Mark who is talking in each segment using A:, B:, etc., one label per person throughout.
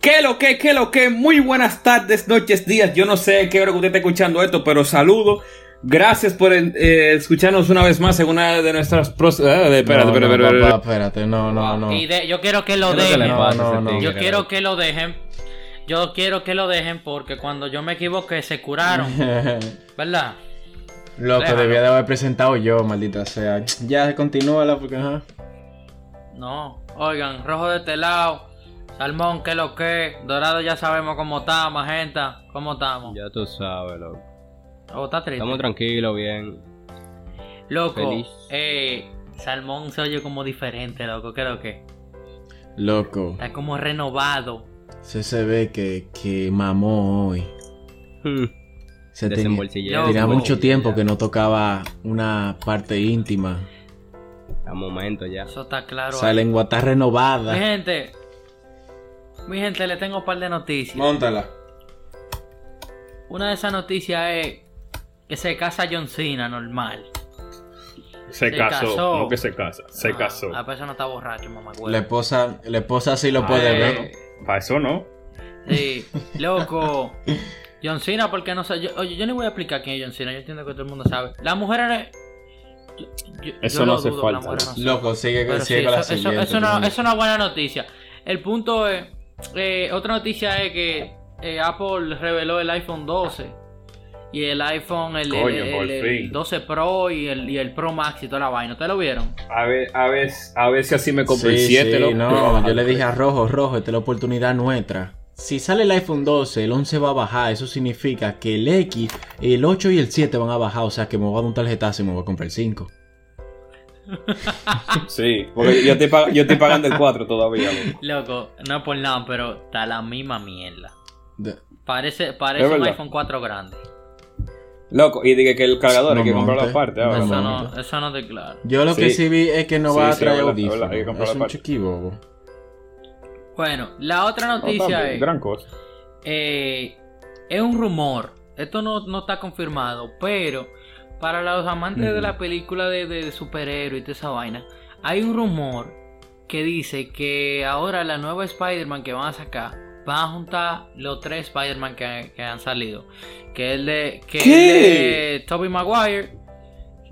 A: ¿Qué lo que, qué lo que? Muy buenas tardes, noches, días. Yo no sé qué hora que usted está escuchando esto, pero saludo. Gracias por eh, escucharnos una vez más en una de nuestras próximas. espérate,
B: No,
A: espérate,
B: no,
A: espérate,
B: papá,
A: espérate.
B: espérate, no, no, no.
C: Y de- yo quiero que lo
D: ¿Qué es lo que le
C: dejen.
D: pasa a
B: No,
D: ese
B: no, no.
D: tigre,
C: Yo quiero
D: loco?
C: que lo dejen. Yo quiero que lo dejen porque cuando yo me equivoqué se curaron, ¿verdad?
B: Loco,
C: Déjalo.
B: debía de haber presentado yo, maldita sea. Ya, continúala porque ajá.
C: No. Oigan, rojo de este lado, salmón, que lo que, dorado ya sabemos cómo está, magenta, cómo estamos.
D: Ya tú sabes, loco.
C: Oh, está triste.
D: Estamos tranquilos, bien.
C: Loco,
D: feliz.
C: eh, salmón se oye como diferente, loco, creo que.
B: Loco,
C: Está como renovado.
B: se se ve que, que mamó hoy.
D: Hmm,
B: Se tenía-
D: Desembolsillero.
C: Loco.
B: tenía mucho
D: desembolsillero.
B: tiempo que no tocaba una parte íntima.
D: A momento ya.
C: Eso está claro. Eh.
B: Esa lengua está
C: Mi
B: renovada.
C: gente, mi gente, le tengo un par de noticias.
B: Móntala.
C: Una de esas noticias es que se casa John Cena, normal.
E: Se,
C: Se
E: casó.
C: casó.
E: No que se casa. Se
C: Ah,
E: casó.
C: La persona está borracha, mamá. güey.
B: La esposa, la esposa sí lo puede
C: Ay,
B: ver.
E: Para eso no.
C: Sí, loco. John Cena, porque no sé. yo- oye, yo ni voy a explicar quién es John Cena. Yo entiendo que todo el mundo sabe. Las mujeres. yo- yo-
E: Eso
C: yo
E: no
C: lo
E: hace
C: dudo que las
E: falta.
C: mujeres no sepan.
B: Loco, sigue,
C: Pero
B: sigue
C: sí,
B: con la
C: eso, eso-
B: siguiente.
C: eso no-
B: coño.
C: es una buena noticia. El punto es, eh, otra noticia es que eh, Apple reveló el iPhone 12 y el iPhone, el, el-
E: Coño,
C: el-
E: por
C: el
E: fin.
C: 12 Pro y el, y el Pro Max y toda la vaina. ¿Ustedes lo vieron?
E: A ver, a ver, a ver si así me compré
B: Sí,
E: el 7,
B: sí,
E: loco.
B: no, yo le dije a Rojo, Rojo, esta es la oportunidad nuestra. Si sale el iPhone 12, el 11 va a bajar, eso significa que el X, el 8 y el 7 van a bajar, o sea que me voy a dar un tarjetazo y me voy a comprar el 5.
E: Sí, porque yo estoy, pag- yo estoy pagando el 4 todavía, loco.
C: Loco, no es por nada, pero está la misma mierda.
B: De-
C: Parece,
E: Es
C: parece un
E: verdad.
C: iPhone 4 grande.
E: Loco, y dije que el cargador hay que
B: No
E: comprarlo
B: monte.
E: aparte ahora.
B: No
C: Eso
B: monte.
C: no, eso no te claro.
B: Yo lo que
E: Sí.
B: sí vi es que no
E: Sí,
B: va a
E: sí,
B: traer
E: es verdad,
B: audífono.
E: es verdad, hay que comprar
B: Es
E: la
B: un
E: parte.
B: chiquibobo.
C: Bueno, la otra
E: No,
C: noticia
E: tampoco,
C: es...
E: gran cosa.
C: Eh, es un rumor. Esto no, no está confirmado. Pero para los amantes de la película de, de, de superhéroes y toda esa vaina, hay un rumor que dice que ahora la nueva Spider-Man que van a sacar van a juntar los tres Spider-Man que, que han salido. Que es el de, que es
A: ¿Qué?
C: el de Tobey Maguire,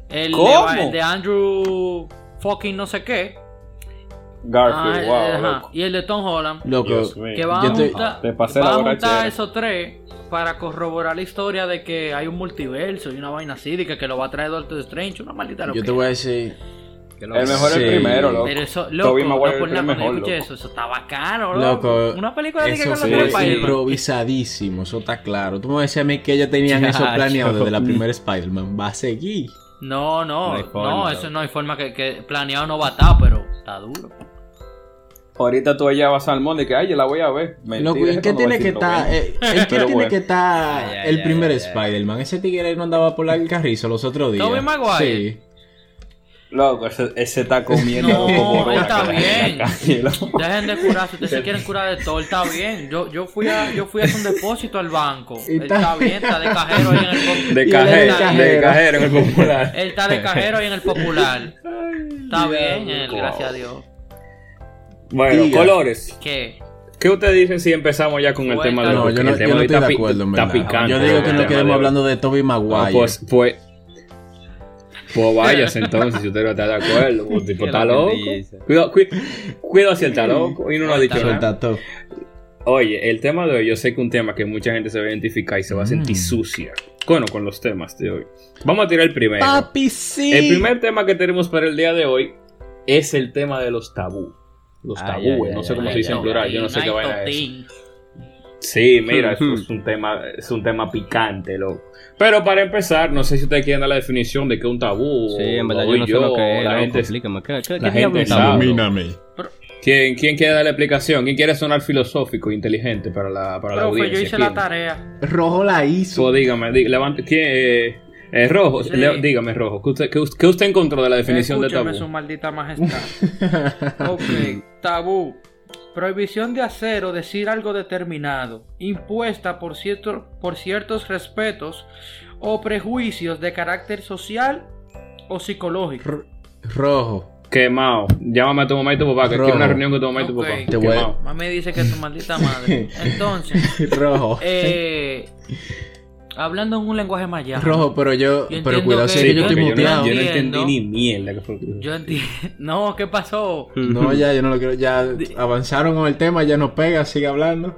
C: el
A: ¿Cómo?
C: De, el de Andrew fucking no sé qué, ah,
E: Garfield, wow,
C: ajá,
E: loco.
C: y el de Tom Holland
B: Loco,
E: Dios mío.
C: que van
B: Yo
C: a
B: te-
C: juntar,
E: te pasé la
C: van a
E: borrachera.
C: juntar esos tres para corroborar la historia de que hay un multiverso y una vaina así, de que, que lo va a traer Doctor Strange, una maldita
B: yo
C: loquera.
B: te voy a decir,
D: Que lo-
E: El mejor
B: Sí.
E: es el primero, loco.
C: Pero eso, loco,
E: Tobey Maguire
C: no por
E: es
C: nada,
E: el
C: cuando yo
E: mejor,
C: escuché
E: loco.
C: eso, eso está bacano, loco.
B: loco,
C: Una película de que
B: eso
C: con
E: fue
C: los
B: fue
C: tres spider
B: improvisadísimo, eso está claro. Tú me decías a mí que ellos tenían eso
D: Chacho.
B: planeado desde la primera Spider-Man, va a seguir.
C: No, no,
D: No
C: no,
D: hay forma,
C: eso
D: loco.
C: no hay forma que, que planeado no va a estar, pero está duro.
E: Ahorita tú allá vas al mundo y que, ay, yo la voy a ver.
B: Loco, ¿y ¿en qué tiene que estar? eh, ¿En qué
E: Pero
B: tiene
E: bueno.
B: que estar
C: Ah,
D: Ay, ay,
B: el
D: ay,
B: primer
D: ay, ay.
B: Spider-Man? Ese tigre no andaba por el carrizo los otros días.
C: Tobey Maguire.
B: Sí.
E: Loco, ese, ese está comiendo.
C: No,
E: loco, corona
C: está
E: que le dan en la
C: bien.
E: calle, loco.
C: Dejen de curarse, ustedes se quieren curar de todo, está bien. Yo, yo fui a, yo fui a hacer un depósito al banco.
B: Y
C: Está,
B: está-
C: bien, está de cajero ahí en el
E: De
B: Y le dan
E: cajero, de
B: cajero.
E: cajero en el popular.
C: Él está de cajero y en el popular. Está bien, él, gracias a Dios.
E: Bueno,
B: Diga.
E: colores.
C: ¿Qué?
E: ¿Qué ustedes dicen si empezamos ya con el
C: Bueno,
E: tema de
B: No,
E: Ah, porque
B: yo no,
E: el
B: yo
E: tema
B: no
E: de
B: estoy
E: está
B: de
E: pi-
B: acuerdo, en
E: Está
B: verdad.
E: picante.
B: Yo digo
E: el
B: que
E: tema
B: no quedemos
E: de-
B: hablando de Tobey
E: Ah,
B: Maguire.
E: pues, pues, pues vayas entonces, si usted no está de acuerdo. pues, tipo,
D: ¿Qué es
E: está
D: lo
E: loco.
D: que dice?
E: Cuidado, cui- cuidado si él está loco y no lo ha dicho nada.
B: Suelta todo.
E: Oye, el tema de hoy, yo sé que un tema que mucha gente se va a identificar y se va a sentir
B: Mm.
E: sucia. Bueno, con los temas de hoy. Vamos a tirar el primero.
B: Papi, sí.
E: El primer tema que tenemos para el día de hoy es el tema de los tabú. Los
D: Ay,
E: tabúes,
D: ay,
E: no
D: ay,
E: sé cómo
D: ay,
E: se dice en
D: ay,
E: plural, yo no sé qué vaina es. eso.
C: Totín.
E: Sí, mira, esto es un tema, es un tema picante, loco. Pero para empezar, no sé si ustedes quieren dar la definición de qué es un tabú.
D: Sí, en verdad
E: o
D: yo no sé lo que es.
E: la
D: loco,
E: gente-
D: explícame. ¿Qué, qué,
E: la
D: qué diablo
E: gente
D: es un tabú?
E: sabe.
B: Domíname.
E: ¿Quién, quién quiere dar la explicación? ¿Quién quiere sonar filosófico e inteligente para la, para la
C: Profe,
E: audiencia?
C: yo hice la
E: ¿Quién?
C: tarea.
B: Rojo la hizo.
E: Pues dígame, di- levante, ¿quién, eh, eh, Rojo,
C: Sí.
E: le- dígame, Rojo, ¿qué usted, qué us- qué usted encontró de la definición
C: Escúcheme
E: de
C: su
E: tabú?
C: maldita majestad. ok, tabú. Prohibición de hacer o decir algo determinado, impuesta por, cierto, por ciertos respetos o prejuicios de carácter social o psicológico.
B: R- Rojo.
E: Quemado. Llámame a tu mamá y tu papá, que
B: Rojo.
E: quiero una reunión con tu mamá y tu
C: Ok.
E: papá.
B: Te voy a-
E: Quemado.
C: Mami dice que es tu maldita madre. Entonces,
B: Rojo.
C: eh, hablando en un lenguaje más llano.
B: Rojo, pero yo.
C: Yo
B: Pero
C: entiendo
B: cuidado, si
C: que-
B: es que yo
E: porque
B: estoy
E: yo, no,
B: muteado.
E: yo no
C: Entiendo.
E: entendí ni mierda que fue lo que dijo.
C: Yo entiendo. No, ¿qué pasó?
D: Hmm.
B: No, ya, yo no lo quiero. Ya avanzaron con el tema, ya no pega, sigue hablando.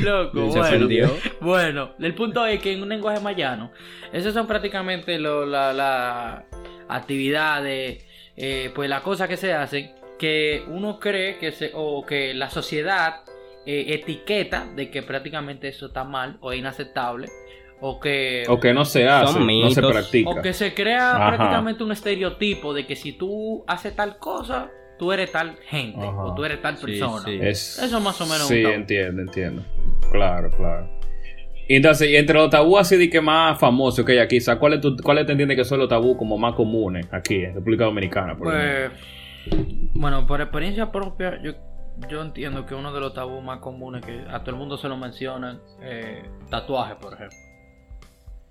C: Loco,
D: Se
C: bueno.
D: ofendió.
C: Bueno, el punto es que en un lenguaje más llano, esas son prácticamente lo- la- las actividades, eh, pues las cosas que se hacen, que uno cree que se, o que la sociedad eh, etiqueta de que prácticamente eso está mal o es inaceptable, o que,
E: O que no se hace, no se
D: mitos.
E: practica.
C: o que se crea
E: Ajá.
C: prácticamente un estereotipo de que si tú haces tal cosa, tú eres tal gente,
E: Ajá.
C: o tú eres tal
D: Sí,
C: persona.
D: sí.
E: Es-
C: Eso más o menos
E: Sí,
C: un tabú.
E: entiendo, entiendo. Claro, claro. Y entonces, y entre los tabús así de que más famosos que hay aquí, ¿sabes ¿cuáles tú- cuáles te entiendes que son los tabús como más comunes aquí en República Dominicana? Por ejemplo?
C: Pues, bueno, por experiencia propia, yo, yo entiendo que uno de los tabús más comunes que a todo el mundo se lo mencionan, eh, tatuajes, por ejemplo.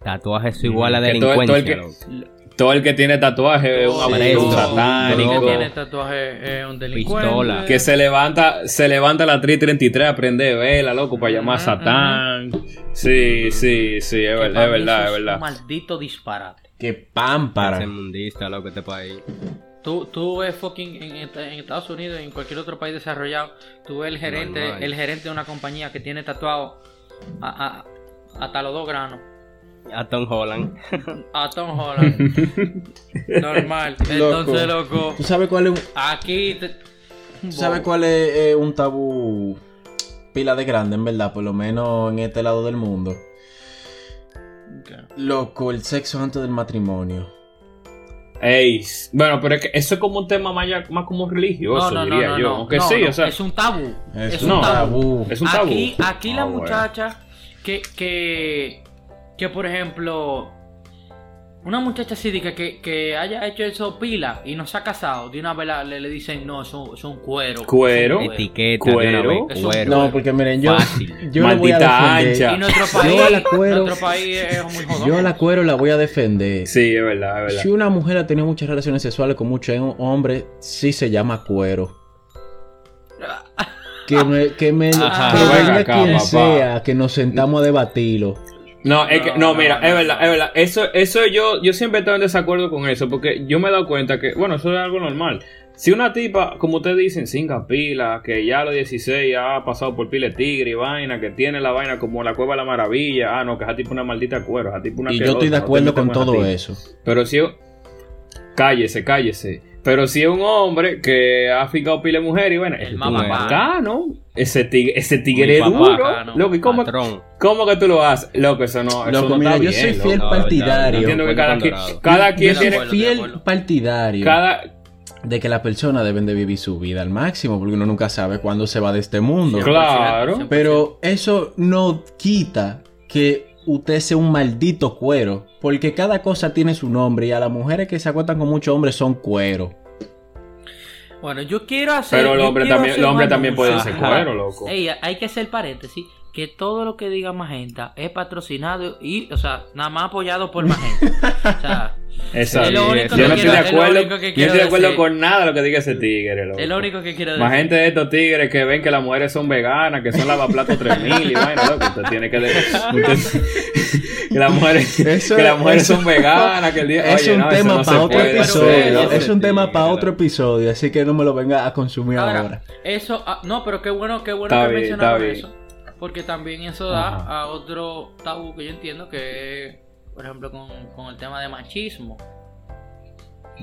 D: Tatuajes igual a
E: Que todo- todo el
D: delincuencia.
E: que-
D: loco.
E: Todo el que tiene tatuaje es un
D: Sí,
E: abuso
D: todo-
E: satánico.
C: que tiene tatuaje es un delincuente.
D: Pistola.
E: Que se levanta, se levanta a las 3.33 a prender vela, loco, para llamar a
C: Ujú,
E: Satán. Sí, sí, sí, es,
C: Que
E: verdad,
C: para
E: es
C: mí eso
E: verdad, es
C: es
E: verdad.
C: Un maldito disparate.
B: Qué pámpara.
D: Ese mundista, loco, este país.
C: Tú, tú ves fucking en, en- en Estados Unidos y en cualquier otro país desarrollado, tú ves el gerente,
D: Normal.
C: el gerente de una compañía que tiene tatuado a- a- hasta los dos granos.
D: A Tom Holland.
C: A Tom Holland. Normal. Entonces, loco.
B: ¿Tú sabes cuál es un,
C: Aquí. Te...
B: ¿tú sabes cuál es eh, un tabú pila de grande, en verdad? Por lo menos en este lado del mundo. Loco, el sexo antes del matrimonio.
E: Ey, bueno, pero es que eso es como un tema más, ya- más como religioso, diría yo. Aunque sí, o sea,
C: Es un tabú.
B: Es,
C: Es
B: un
E: no.
C: un tabú.
B: tabú.
E: es un tabú.
C: Aquí, aquí
E: Ah,
C: la
E: bueno.
C: muchacha que, que. Que por ejemplo. Una muchacha así de que, que, que haya hecho eso pila y no se ha casado, de una vez la- le, le dicen, no, eso es un cuero.
E: Cuero.
C: Eso es un
D: Etiqueta, de una
E: Cuero.
D: vez,
C: Es un
D: cuero.
B: No, porque miren, yo,
D: Fácil.
B: yo la voy a
E: Maldita
B: defender.
E: ancha.
C: Y nuestro
B: Yo
C: país,
B: la cuero.
C: nuestro país es muy jodón.
B: Yo la cuero la voy a defender.
E: Sí, es verdad, es verdad.
B: Si una mujer ha tenido muchas relaciones sexuales con muchos hombres, sí se llama cuero. Que me, que me,
D: Ajá.
B: que
E: Pero
B: venga
E: venga acá,
B: quien
E: papá.
B: sea, que nos sentamos a debatirlo.
E: No, es que,
C: No,
E: no,
C: no,
E: mira,
C: no.
E: es verdad, es verdad. Eso, eso yo, yo siempre he estado en desacuerdo con eso, porque yo me he dado cuenta que, bueno, eso es algo normal. Si una tipa, como ustedes dicen, cinca pila, que ya a los 16 ha pasado por pile tigre y vaina, que tiene la vaina como la cueva de la maravilla, ah, no, que esa tipo una maldita cuero, esa tipo una
B: Y yo
E: asquerosa,
B: estoy de
E: no te
B: acuerdo
E: metas
B: con
E: esa
B: todo
E: tipa.
B: eso.
E: Pero si cállese, cállese. Pero si es un hombre que ha ficado pile mujer y bueno,
C: El
E: ese
C: más
E: tigre
C: bacano.
E: bacano, Ah, ese tigre, ese tigre
D: más
E: duro,
C: bacano,
E: loco, ¿y cómo,
D: Patrón.
E: ¿Cómo que tú lo haces? Loco, eso no, Ah, eso
B: Loco,
E: no
B: mira,
E: está
B: yo
E: bien,
B: soy
E: loco.
B: fiel
D: no,
E: Yo
D: no,
B: partidario.
E: entiendo que
D: Cuento
E: cada
D: con
E: quien,
D: dorado.
E: cada
B: Yo
E: quien
B: soy
E: tiene,
C: acuerdo, de
B: fiel
C: acuerdo.
B: partidario
E: cada,
B: de que las personas deben de vivir su vida al máximo, porque uno nunca sabe cuándo se va de este mundo.
E: claro,
B: Pero eso no quita que usted sea un maldito cuero, porque cada cosa tiene su nombre y a las mujeres que se acuestan con muchos hombres son cuero.
C: Bueno, yo quiero hacer.
E: pero el
C: yo
E: hombre
C: quiero
E: también,
C: hacer
E: el hombre
C: un
E: también puede
C: anuncio.
E: ser cuero, loco.
C: Ey, hay que hacer paréntesis que todo lo que diga Magenta es patrocinado y, o sea, nada más apoyado por Magenta. o sea,
E: Exacto.
C: es
E: Yo
C: lo
E: no
C: único
E: estoy
C: que quiero-
E: de
C: es lo
E: acuerdo, yo
C: único
E: no
C: que
E: estoy
C: quiero
E: de acuerdo
C: decir.
E: con nada de lo que diga ese tigre, loco.
C: es lo único que quiero decir.
E: Más gente de estos tigres que ven que las mujeres son veganas, que son lavaplatos 3000 y vaina, loco. Usted tiene que. usted- que las mujeres,
B: Eso-
E: que las mujeres
B: eso-
E: son veganas, que el día.
B: es
E: oye,
B: un
E: no, eso
B: tema
E: no se
B: para otro
E: puede
B: episodio.
E: hacer,
C: no
E: loco.
B: es un
D: se
B: tema
D: diga,
B: para
D: no.
B: otro episodio, así que no me lo venga a consumir ahora.
C: Ahora, eso, ah, no, pero qué bueno, qué bueno
E: Está
C: que
E: bien,
C: mencionaron
E: está bien.
C: eso. Porque también eso da
E: Ajá.
C: a otro tabú que yo entiendo que es, por ejemplo, con, con el tema de machismo.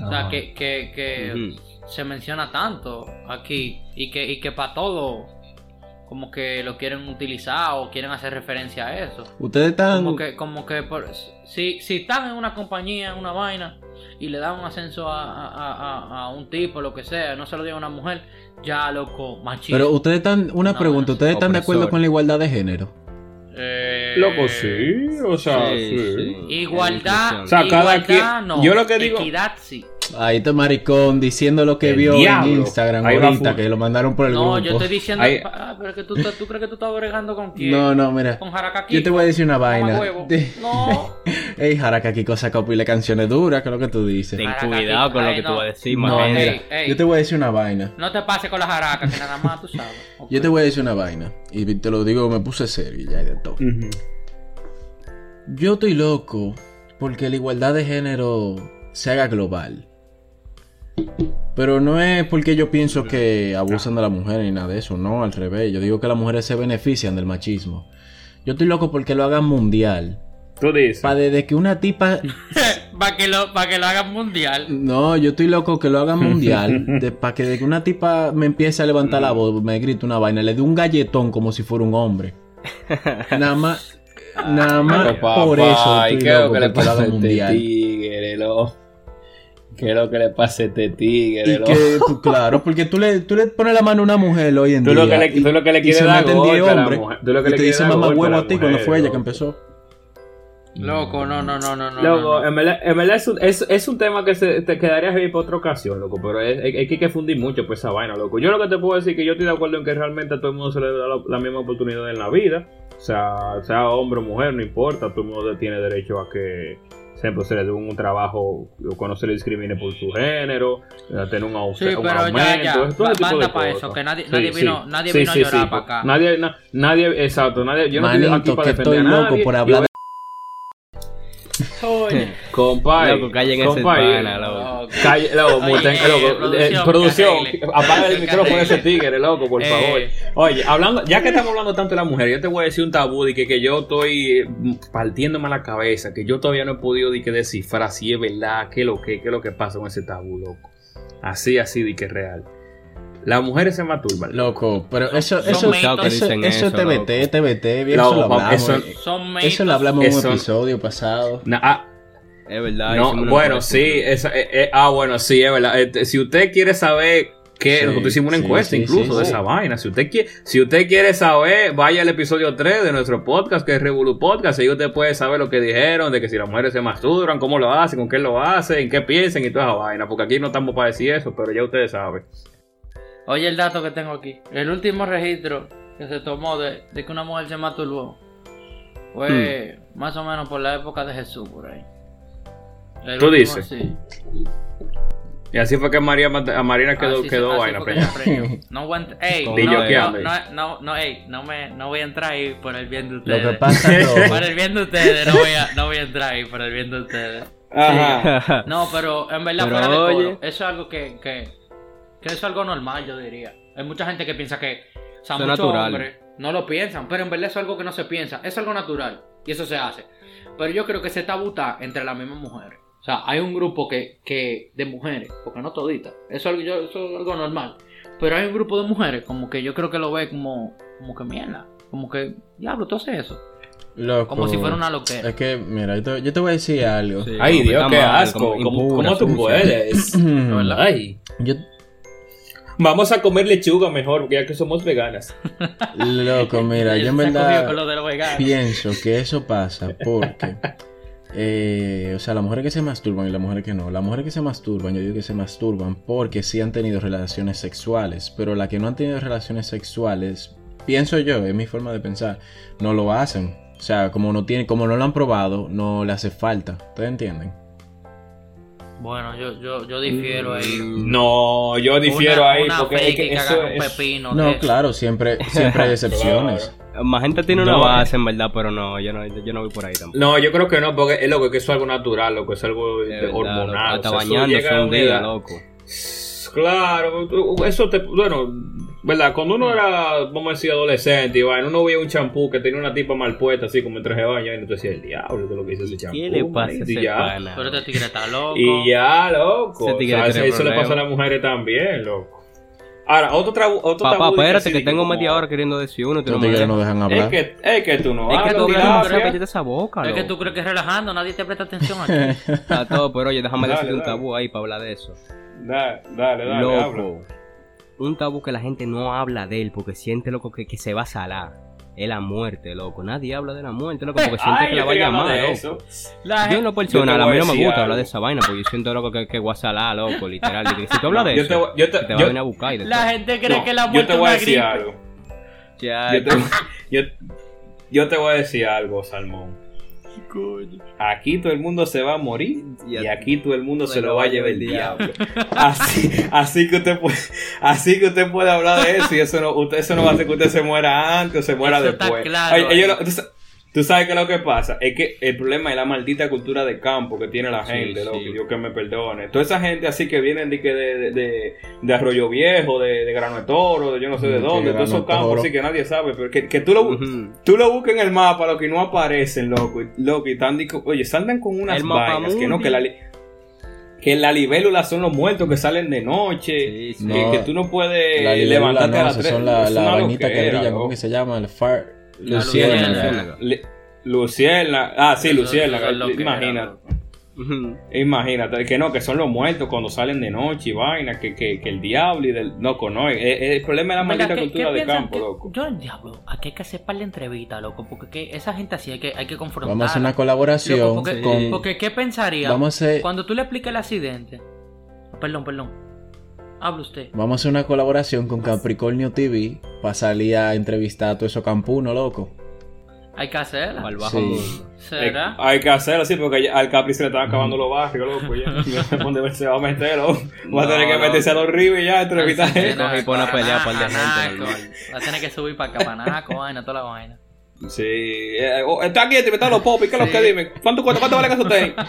C: O sea,
E: Ajá.
C: que, que,
E: Eh,
C: que
D: Ujú.
C: se menciona tanto aquí y que, y que para todo como que lo quieren utilizar o quieren hacer referencia a eso.
B: Ustedes están
C: Como que, como que por- si, si están en una compañía, en una vaina, y le dan un ascenso a, a- a- a un tipo, lo que sea, no se lo diga a una mujer, ya loco, machismo.
B: Pero ustedes están una
C: No,
B: pregunta,
C: no.
B: ustedes están de acuerdo
D: Opresor.
B: con la igualdad de género.
C: Eh,
E: Loco, sí. O sea,
D: Sí,
E: sí.
D: sí.
C: Igualdad,
E: O sea, cada
C: igualdad
E: quien-
C: no.
E: yo lo que digo-
C: Equidad sí.
B: Ahí está maricón diciendo lo que
E: El
B: vio
E: diablo.
B: en Instagram
E: Ahí va
B: ahorita,
E: full.
B: que lo mandaron por el
C: No,
B: grupo.
C: yo estoy diciendo.
E: Ahí-
C: Ah, pero que tú, estás- tú crees que tú estás bregando con quién.
B: No, no, mira.
C: Con Harakaki.
B: Yo te voy a decir una vaina.
C: huevo.
B: De-
C: No.
B: Ey, Jaraka, aquí cosa copila canciones duras, que es lo que tú dices.
D: Ten
C: Maracatí.
D: cuidado con lo
C: Ay,
D: que tú
C: no.
D: vas a decir,
B: No,
D: man.
B: mira,
C: Ey, ey.
B: yo te voy a decir una vaina.
C: No te pases con las jaracas, que nada más tú sabes. Ok.
B: Yo te voy a decir una vaina. Y te lo digo, me puse serio y ya y de todo.
E: Ujú.
B: Yo estoy loco porque la igualdad de género se haga global. Pero no es porque yo pienso que abusan de las mujeres ni nada de eso, no, al revés. Yo digo que las mujeres se benefician del machismo. Yo estoy loco porque lo hagan mundial.
E: Tú dices.
B: Para desde que una tipa
C: para que lo, para que lo hagan mundial.
B: No, yo estoy loco que lo hagan mundial. para que de que una tipa me empiece a levantar
D: Mm.
B: la voz, me grite una vaina, le dé un galletón como si fuera un hombre. Nada más. Nada más
D: Ay,
B: por eso.
D: Ay,
B: Estoy
D: ¿qué es lo
B: loco
D: que le
B: porque lo
D: pasa a
B: hagan
D: este
B: mundial.
D: tigre, loco? ¿Qué es lo que le pasa a este
B: Y
D: tigre, loco?
B: que, tú- claro, porque tú le, tú le pones la mano a una mujer hoy en
E: Tú
B: día.
E: lo que le-
B: y-
E: tú lo que le
B: y
E: quieres
B: se
E: dar
B: meten
E: golpe
B: 10
E: a la
B: hombres,
E: mujer. Tú lo que
B: y
E: le
B: te
E: quieres
B: dice
E: dar
B: mamá
E: golpe a
B: huevo
E: la
B: a ti cuando
E: mujer,
B: fue ella que
E: loco.
B: empezó.
C: Loco, no, no, no, no, no.
E: Mm. Loco,
C: no,
E: em,
C: no.
E: en verdad, en verdad es, un, es, es un tema que se te quedaría heavy para otra ocasión, loco, pero es, es- es que hay que fundir mucho por esa vaina, loco. Yo lo que te puedo decir es que yo estoy de acuerdo en que realmente a todo el mundo se le da la, la misma oportunidad en la vida, o sea, sea hombre o mujer, no importa, todo el mundo tiene derecho a que siempre se le dé un trabajo o que no se le discrimine por su género, a tener un, au-
C: Sí,
E: un
C: pero
E: em, aumento,
C: ya, ya.
E: todo ese
C: Ba-
E: tipo de
C: basta pa' eso,
E: cosas.
C: que nadie- nadie vino- nadie vino a llorar pa' acá.
E: Nadie, na- nadie, exacto, nadie, yo no estoy aquí
B: Manito,
E: para
B: que
E: defender
B: estoy
E: a
B: loco
E: nadie,
B: por
E: yo
B: hablar de.
E: Compadre,
D: Loco, callen ese
E: compadre.
D: pana, loco.
E: Calle, loco,
C: Oye,
E: muten-
C: eh,
E: loco, eh,
C: producción,
E: producción,
C: que arregle.
E: apaga el
C: Que
E: micrófono de ese
C: arregle.
E: tigre, loco, por
C: Eh.
E: favor. Oye, hablando, ya que estamos hablando tanto de la mujer, yo te voy a decir un tabú de que, que yo estoy eh, partiéndome la cabeza, que yo todavía no he podido de que descifrar si es verdad, qué es lo que, qué es lo que pasa con ese tabú, loco. Así, así, de que es real. Las mujeres se masturban.
B: Loco, pero eso,
C: Son
B: eso,
C: mentos que
B: eso,
D: dicen
B: eso,
D: eso,
B: TBT,
D: loco.
B: TBT, bien,
E: Loco,
B: eso lo hablamos.
E: eso-
B: eh.
C: Son
B: Eso
C: meitos.
B: lo hablamos en un
E: Eso-
B: episodio pasado.
E: Na- ah,
D: Es verdad.
E: No,
D: hicimos una
E: bueno,
D: encuesta.
E: sí, esa- eh, eh, ah, bueno, sí, es verdad. Este, si usted quiere saber que
B: Sí,
E: nosotros hicimos una
B: sí,
E: encuesta
B: sí,
E: incluso
B: sí,
E: de
B: sí.
E: esa vaina, si usted quiere, si usted quiere saber, vaya al episodio 3 de nuestro podcast que es Revolu Podcast, ahí usted puede saber lo que dijeron de que si las mujeres se masturban, cómo lo hacen, con qué lo hacen, en qué piensan y toda esa vaina, porque aquí no estamos para decir eso, pero ya ustedes saben.
C: Oye el dato que tengo aquí. El último registro que se tomó de, de que una mujer se masturbó fue
E: Hmm.
C: más o menos por la época de Jesús, por ahí. El
E: ¿Tú
C: último,
E: dices?
C: sí.
E: Y así fue que María Mat- a Marina quedó,
C: Así se-
E: quedó
C: Ah, así
E: vaina,
C: fue que
E: peña.
C: se preñó. No voy a ent- ey,
D: Con
C: no,
E: Dillo,
C: no,
E: ¿qué
C: no, no, no, ey, no me, no voy a entrar ahí por el bien de
B: Lo
C: ustedes.
B: que pasa es
C: Por el bien de ustedes, no voy a, no voy a entrar ahí por el bien de ustedes.
E: Ajá.
C: No, pero en verdad
D: Pero
C: fuera de coro,
D: oye.
C: eso es algo que, que, que eso es algo normal, yo diría. Hay mucha gente que piensa que, o
D: Eso
C: sea,
D: es
C: muchos
D: natural.
C: hombres no lo piensan, pero en verdad eso es algo que no se piensa, es algo natural y eso se hace. Pero yo creo que se tabuta entre las mismas mujeres. O sea, hay un grupo que, que de mujeres, porque no toditas, eso, es algo- yo- eso es algo normal. Pero hay un grupo de mujeres como que yo creo que lo ve como, como que mierda, como que, diablo, tú haces eso.
B: Loco.
C: Como si
D: Oh.
C: fuera una loquera.
B: Es que, mira, yo te, yo te voy a decir algo.
D: Sí,
E: Ay,
D: como que
E: Dios,
D: está
E: qué
D: mal,
E: asco.
D: como
E: ¿Cómo,
D: impura,
E: cómo tú
D: sucia.
E: puedes?
C: ¿Verdad?
E: Ay.
B: Yo,
E: Vamos a comer lechuga mejor, porque ya que somos veganas.
B: loco, mira, yo en
C: Se ha cogido
B: verdad
C: con lo de los veganos.
B: pienso que eso pasa porque, eh, o sea, las mujeres que se masturban y las mujeres que no, las mujeres que se masturban, yo digo que se masturban porque sí han tenido relaciones sexuales, pero las que no han tenido relaciones sexuales, pienso yo, es mi forma de pensar, no lo hacen. O sea, como no tienen, como no lo han probado, no le hace falta. ¿Ustedes entienden?
C: Bueno, yo, yo, yo difiero ahí.
D: Mm.
E: No, yo Mm, difiero
C: Una-
E: ahí
C: una
E: porque
C: fake
E: es que
C: que
E: eso
C: agarra un
E: es-
C: pepino de
B: No,
C: eso.
B: claro, siempre, siempre hay excepciones.
D: Magenta tiene una
E: No. eh.
D: base, en verdad, pero no, yo no, yo no voy por ahí tampoco.
E: No, yo creo que no, porque es loco, que eso es algo natural, loco, es algo
D: Es
E: de-
D: verdad, loco,
E: Eh, hormonal.
D: Hasta
E: o sea, eso
D: bañándose
E: llega a
D: un
E: una
D: día,
E: edad-
D: loco.
E: Claro, tú- eso te, bueno, verdad, cuando
D: Mm.
E: uno era, vamos a decir, adolescente, y vaina, uno veía un champú que tenía una tipa mal puesta, así como en traje de baño, y tú decías, el diablo, ¿qué es lo que hizo ese champú?
D: ¿Qué le pasa a
E: manito?"
D: ese
E: Y ya,
D: pana?
C: Pero este tigre está loco.
E: Y ya, loco.
D: Ese
E: o
D: tigre
E: sea,
D: tiene
E: eso le
D: problemas.
E: pasa a las mujeres también, loco. Ahora, otro, trabu- otro
D: Papá,
E: tabú de
D: espérate,
E: así
D: que
E: de
D: tengo
E: como-
D: media hora queriendo decir uno. tú
B: Los
D: no me
B: tigres no
D: dejas.
B: dejan
E: Es
B: hablar.
E: que, es que tú Ah, no
D: Es que
E: hablas,
D: tú hablas
E: gracias.
D: demasiado, cállate esa boca,
C: Es
D: loco.
C: que tú crees que es relajando, nadie te presta atención aquí.
D: A todo, pero oye, déjame
E: Dale,
D: decirte un
E: dale.
D: tabú ahí para hablar de eso.
E: Dale, dale, dale, habla.
D: Loco. Un tabú que la gente no habla de él porque siente loco que, que se va a salar.
F: es la muerte, loco. Nadie habla de la muerte, loco, porque siente que la va a llamar, loco.
C: La
F: Yo en
C: gente,
F: lo personal,
E: Yo
F: a
E: te voy
F: mí
E: a
F: no me
E: decir
F: gusta hablar
E: algo.
F: de esa vaina, porque yo siento loco que, que guasalá, loco, literal. de que si tú hablas de
E: Yo te voy-
F: eso,
E: yo te-
F: se te va
E: yo-
F: a venir a buscar y de
C: la
F: todo.
C: gente cree que la
E: No,
C: muerte
E: yo te
C: es
E: voy a
C: una
E: decir
C: gripe.
E: algo.
F: Ya,
E: Yo te, yo- yo te voy a decir algo, Salmón. Aquí todo el mundo se va a morir y,
F: Y a-
E: aquí todo el mundo se lo va a llevar el diablo.
F: diablo.
E: Así, así que usted puede, así que usted puede hablar de eso y eso no, usted, eso no va a hacer que usted se muera antes o se muera
C: Eso está
E: después.
C: claro,
E: Ay, ellos
C: eh.
E: lo- tú, sa- tú sabes que lo que pasa es que el problema es la maldita cultura de campo que tiene la
F: Sí,
E: gente,
F: sí.
E: loco, Dios que me perdone. Toda esa gente así que vienen de que de, de- de- de Arroyo Viejo, de, de Grano de Toro, de yo no sé de
B: De
F: Mm,
E: dónde, todos
B: Grano
E: esos
B: de
E: campos
B: Toro.
E: así que nadie sabe, pero que, que tú lo,
F: Ujú.
E: Tú lo buscas en el mapa, lo que no aparecen, loco. y- Loco, y están, dico- oye, saldan con unas
F: El mapa
E: vainas que no,
F: mundi.
E: que la, li- que la libélula son los muertos que salen de noche.
F: Sí, sí.
B: No,
E: que, que tú eh, no puedes
B: la libélula
E: levantarte a
B: no,
E: las
B: esas
E: tres.
B: son la,
E: es
B: la
E: una
B: vainita que
E: loquera,
B: brilla,
E: loco.
B: ¿cómo que se llama? El fire...
C: La
B: Luciérnaga.
F: luciérnaga.
E: Le- Luciérnaga. Ah, sí,
C: Eso-
E: Luciérnaga.
C: eso es lo que era,
E: Imagínate.
C: loco.
F: Ujú.
E: Imagínate, que no, que son los muertos cuando salen de noche y vaina, que, que, que el diablo y del. No, no, eh, eh, el problema es la
C: Mira,
E: maldita
C: ¿qué-
E: cultura
C: qué
E: de
C: piensan
E: campo,
C: que-
E: loco.
C: Yo, diablo, aquí hay que hacer par de entrevistas, loco, porque que esa gente así hay que, hay que confrontar.
B: Vamos a hacer una colaboración
C: porque,
B: con...
C: porque ¿qué pensaría?
B: Vamos a hacer...
C: Cuando tú le explicas el accidente. Perdón, perdón. Habla usted.
B: Vamos a hacer una colaboración con Capricornio TV para salir a entrevistar a todo eso campuno, loco.
C: Hay que hacerla.
F: Al bajo
B: Sí.
F: mundo.
E: Eh,
C: ¿Será?
E: hay que hacerlo, sí, porque ya- al Capri se le están acabando los barrios, loco. Ya, ya ¿Dónde se va a meter, loco? Va a
F: No,
E: tener que
F: no.
E: meterse a los ríos y ya entrevistar
C: Así que
E: gente.
C: nada,
F: y pone a pelear a par de
C: Panaco,
F: gente en el
C: Va a tener que subir para acá, Panaco, vaina, toda la vaina.
E: Sí. eh, oh, está aquí entrevistando a los popis, ¿qué es lo que
C: Sí.
E: dime? ¿Cuánto, cuánto, cuánto vale que eso tenga?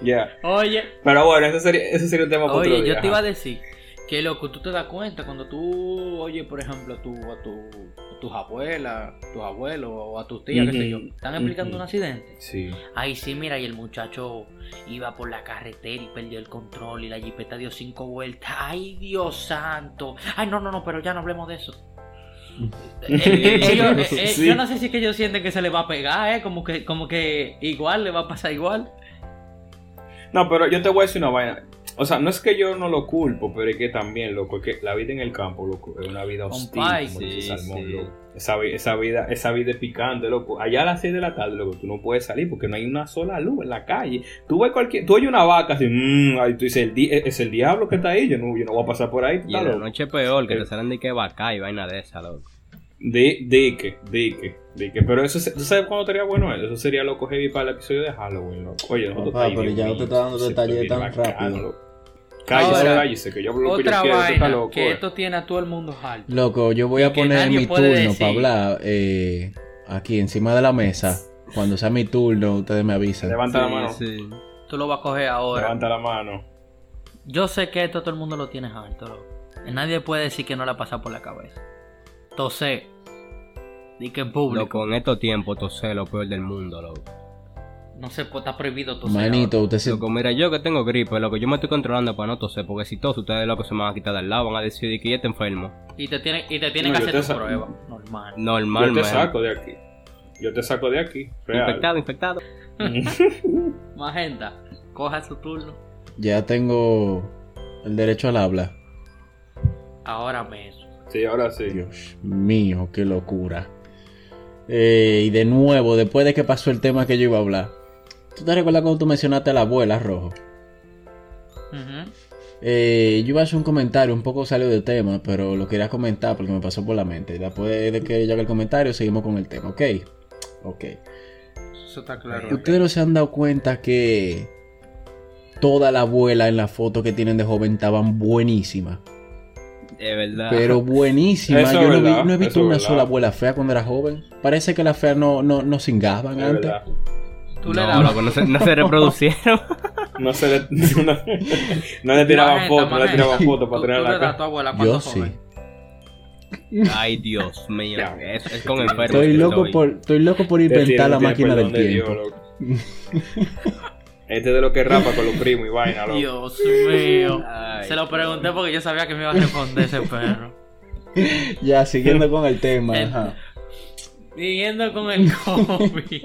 E: Ya.
C: Oye,
E: Pero bueno, ese sería, ese sería un tema para otro
C: oye,
E: día.
C: yo te iba a decir que loco, tú te das cuenta cuando tú, oye, por ejemplo, a, tu, a, tu, a tus abuelas, tus abuelos o a tus tías, qué sé yo,
E: Ujú,
C: están explicando
E: ujú.
C: un accidente.
E: Sí.
C: Ay, sí, mira, y el muchacho iba por la carretera y perdió el control y la jipeta dio cinco vueltas. Ay, Dios santo. Ay, no, no, no, pero ya no hablemos de eso. Eh, eh, ellos, eh, eh,
E: Sí.
C: Yo no sé si es que ellos sienten que se les va a pegar, ¿eh? Como que, como que igual le va a pasar igual.
E: No, pero yo te voy a decir una vaina. O sea, no es que yo no lo culpo, pero es que también, loco, es que la vida en el campo, loco, es una vida hostil,
C: Compay,
E: como dice
F: sí,
E: Salmón,
F: sí.
E: loco. Esa, vi- esa vida, esa vida es picante, loco. Allá a las 6 de la tarde, loco, tú no puedes salir porque no hay una sola luz en la calle. Tú ves cualquier, tú oyes una vaca así, mmm, ahí tú dices, "El di- es el diablo que está ahí, yo no, yo no voy a pasar por ahí,
F: Y
E: está
F: en la
E: loco.
F: noche peor, que
E: Eh.
F: te salen de que vaca y vaina de esa, loco.
E: Di- Dique, dique, dique. Pero eso, se- ¿tú sabes cuándo estaría bueno eso? Eso sería loco heavy para el episodio de Halloween, loco. Oye, nosotros
B: Papá,
E: ahí,
B: Ah, pero
E: Dios
B: ya no
E: mío,
B: te está dando
E: se
B: detalles
E: puede ir
B: tan
E: bacano,
B: rápido.
E: loco. Cállese,
C: Ahora,
E: cállese, que yo hablo lo que yo
C: Otra
E: quiero, usted
C: vaina
E: está loco.
C: que
E: eh.
C: esto tiene a todo el mundo alto.
B: Loco, yo voy
C: Y
B: a
C: que
B: poner
C: nadie
B: mi
C: puede
B: turno
C: decir.
B: para hablar eh, aquí encima de la mesa. Cuando sea mi turno, ustedes me avisan.
E: Levanta la mano,
F: Sí,
C: Tú lo vas a coger ahora.
E: levanta la mano.
C: Yo sé que esto todo el mundo lo tiene alto, loco. Nadie puede decir que no le ha pasado por la cabeza. Entonces, di que en público.
F: Loco, en estos tiempos tosé lo peor del mundo, loco.
C: No se puede, está prohibido toser.
B: Manito, usted se...
F: Loco, mira, yo que tengo gripe, loco, yo me estoy controlando para no toser, porque si todos ustedes, loco, se me van a quitar del lado, van a decidir que ya está enfermo.
C: ahora. Y te tienen, y te tienen
E: No,
C: que
E: yo te
C: hacer tu
E: sa-
C: prueba. Normal.
F: Normal,
E: Yo te
F: man.
E: saco de aquí. Yo te saco de aquí. Real.
F: Infectado, infectado.
C: Magenta, coja su turno.
B: Ya tengo el derecho al habla.
C: Ahora mismo.
E: Sí, ahora sí.
B: Dios mío, qué locura. Eh, y de nuevo, después de que pasó el tema que yo iba a hablar. ¿Tú te recuerdas cuando tú mencionaste a la abuela, Rojo?
C: Ujú.
B: Eh, yo iba a hacer un comentario un poco salido de tema, pero lo quería comentar porque me pasó por la mente. Después de que yo haga el comentario, seguimos con el tema, ¿ok? Ok.
C: Eso está claro.
B: ¿Ustedes no se han dado cuenta que toda la abuela en la foto que tienen de joven estaban buenísimas?
F: Es verdad.
B: Pero buenísimas.
E: Ah. Eso
B: Yo no,
E: es
B: vi-
E: verdad,
B: no he
E: eso
B: visto
E: es
B: una
E: verdad.
B: sola abuela fea cuando era joven. Parece que las feas no, no, no cingaban
E: Es
B: antes.
E: verdad.
C: Tú le
F: no,
C: dabas.
F: loco, no se, no se reproducieron.
E: No se le, no, no le tiraban
C: Magenta,
E: fotos, no le
C: magenta.
E: tiraban fotos
C: Tú-
E: para tener
C: tú le
E: la
C: das a
E: cara.
C: tu abuela cuando
B: Yo sí.
C: joven.
F: Ay, Dios mío, es, es con enfermos.
B: Estoy
F: que
B: loco,
F: estoy.
B: por, estoy loco por
E: Este
B: inventar
E: tiene-
B: la
E: tiene
B: máquina del
E: perdón de Dios,
B: tiempo.
E: loco. Este es de lo que rapa con los primos y vaina, loco.
C: Dios mío.
F: Ay,
C: Se lo pregunté porque yo sabía que me iba a responder ese perro.
B: Ya, siguiendo con el tema.
C: El-
B: ajá.
C: Siguiendo con el COVID.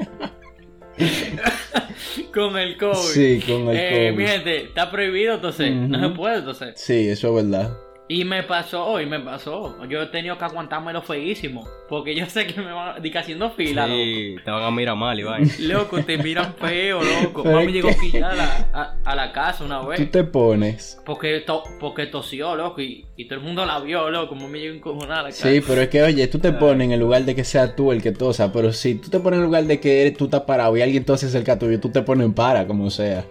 C: con el COVID.
B: Sí, con el
C: eh,
B: COVID.
C: mi gente, está prohibido entonces. No
B: Ujú.
C: se puede entonces.
B: Sí, eso es verdad.
C: Y me pasó, oh, y me pasó. Yo he tenido que aguantármelo feísimo. Porque yo sé que me van a haciendo fila,
F: Sí, te van a mirar mal, Iván.
C: loco. Loco, te miran feo, loco.
B: Pero
C: Mami
B: es
C: llegó
B: que-
C: quillada a la, a, a la casa una
B: Tú
C: vez.
B: te pones.
C: Porque, to- porque tosió, loco. Y, y todo el mundo la vio, loco. Mami llegó encojonada a la casa.
B: Sí, pero es que, oye, tú te
C: Ah.
B: pones en el lugar de que sea tú el que tosa, pero si tú te pones en el lugar de que eres, tú estás parado y alguien tose cerca tuyo, tú te pones en para, como sea.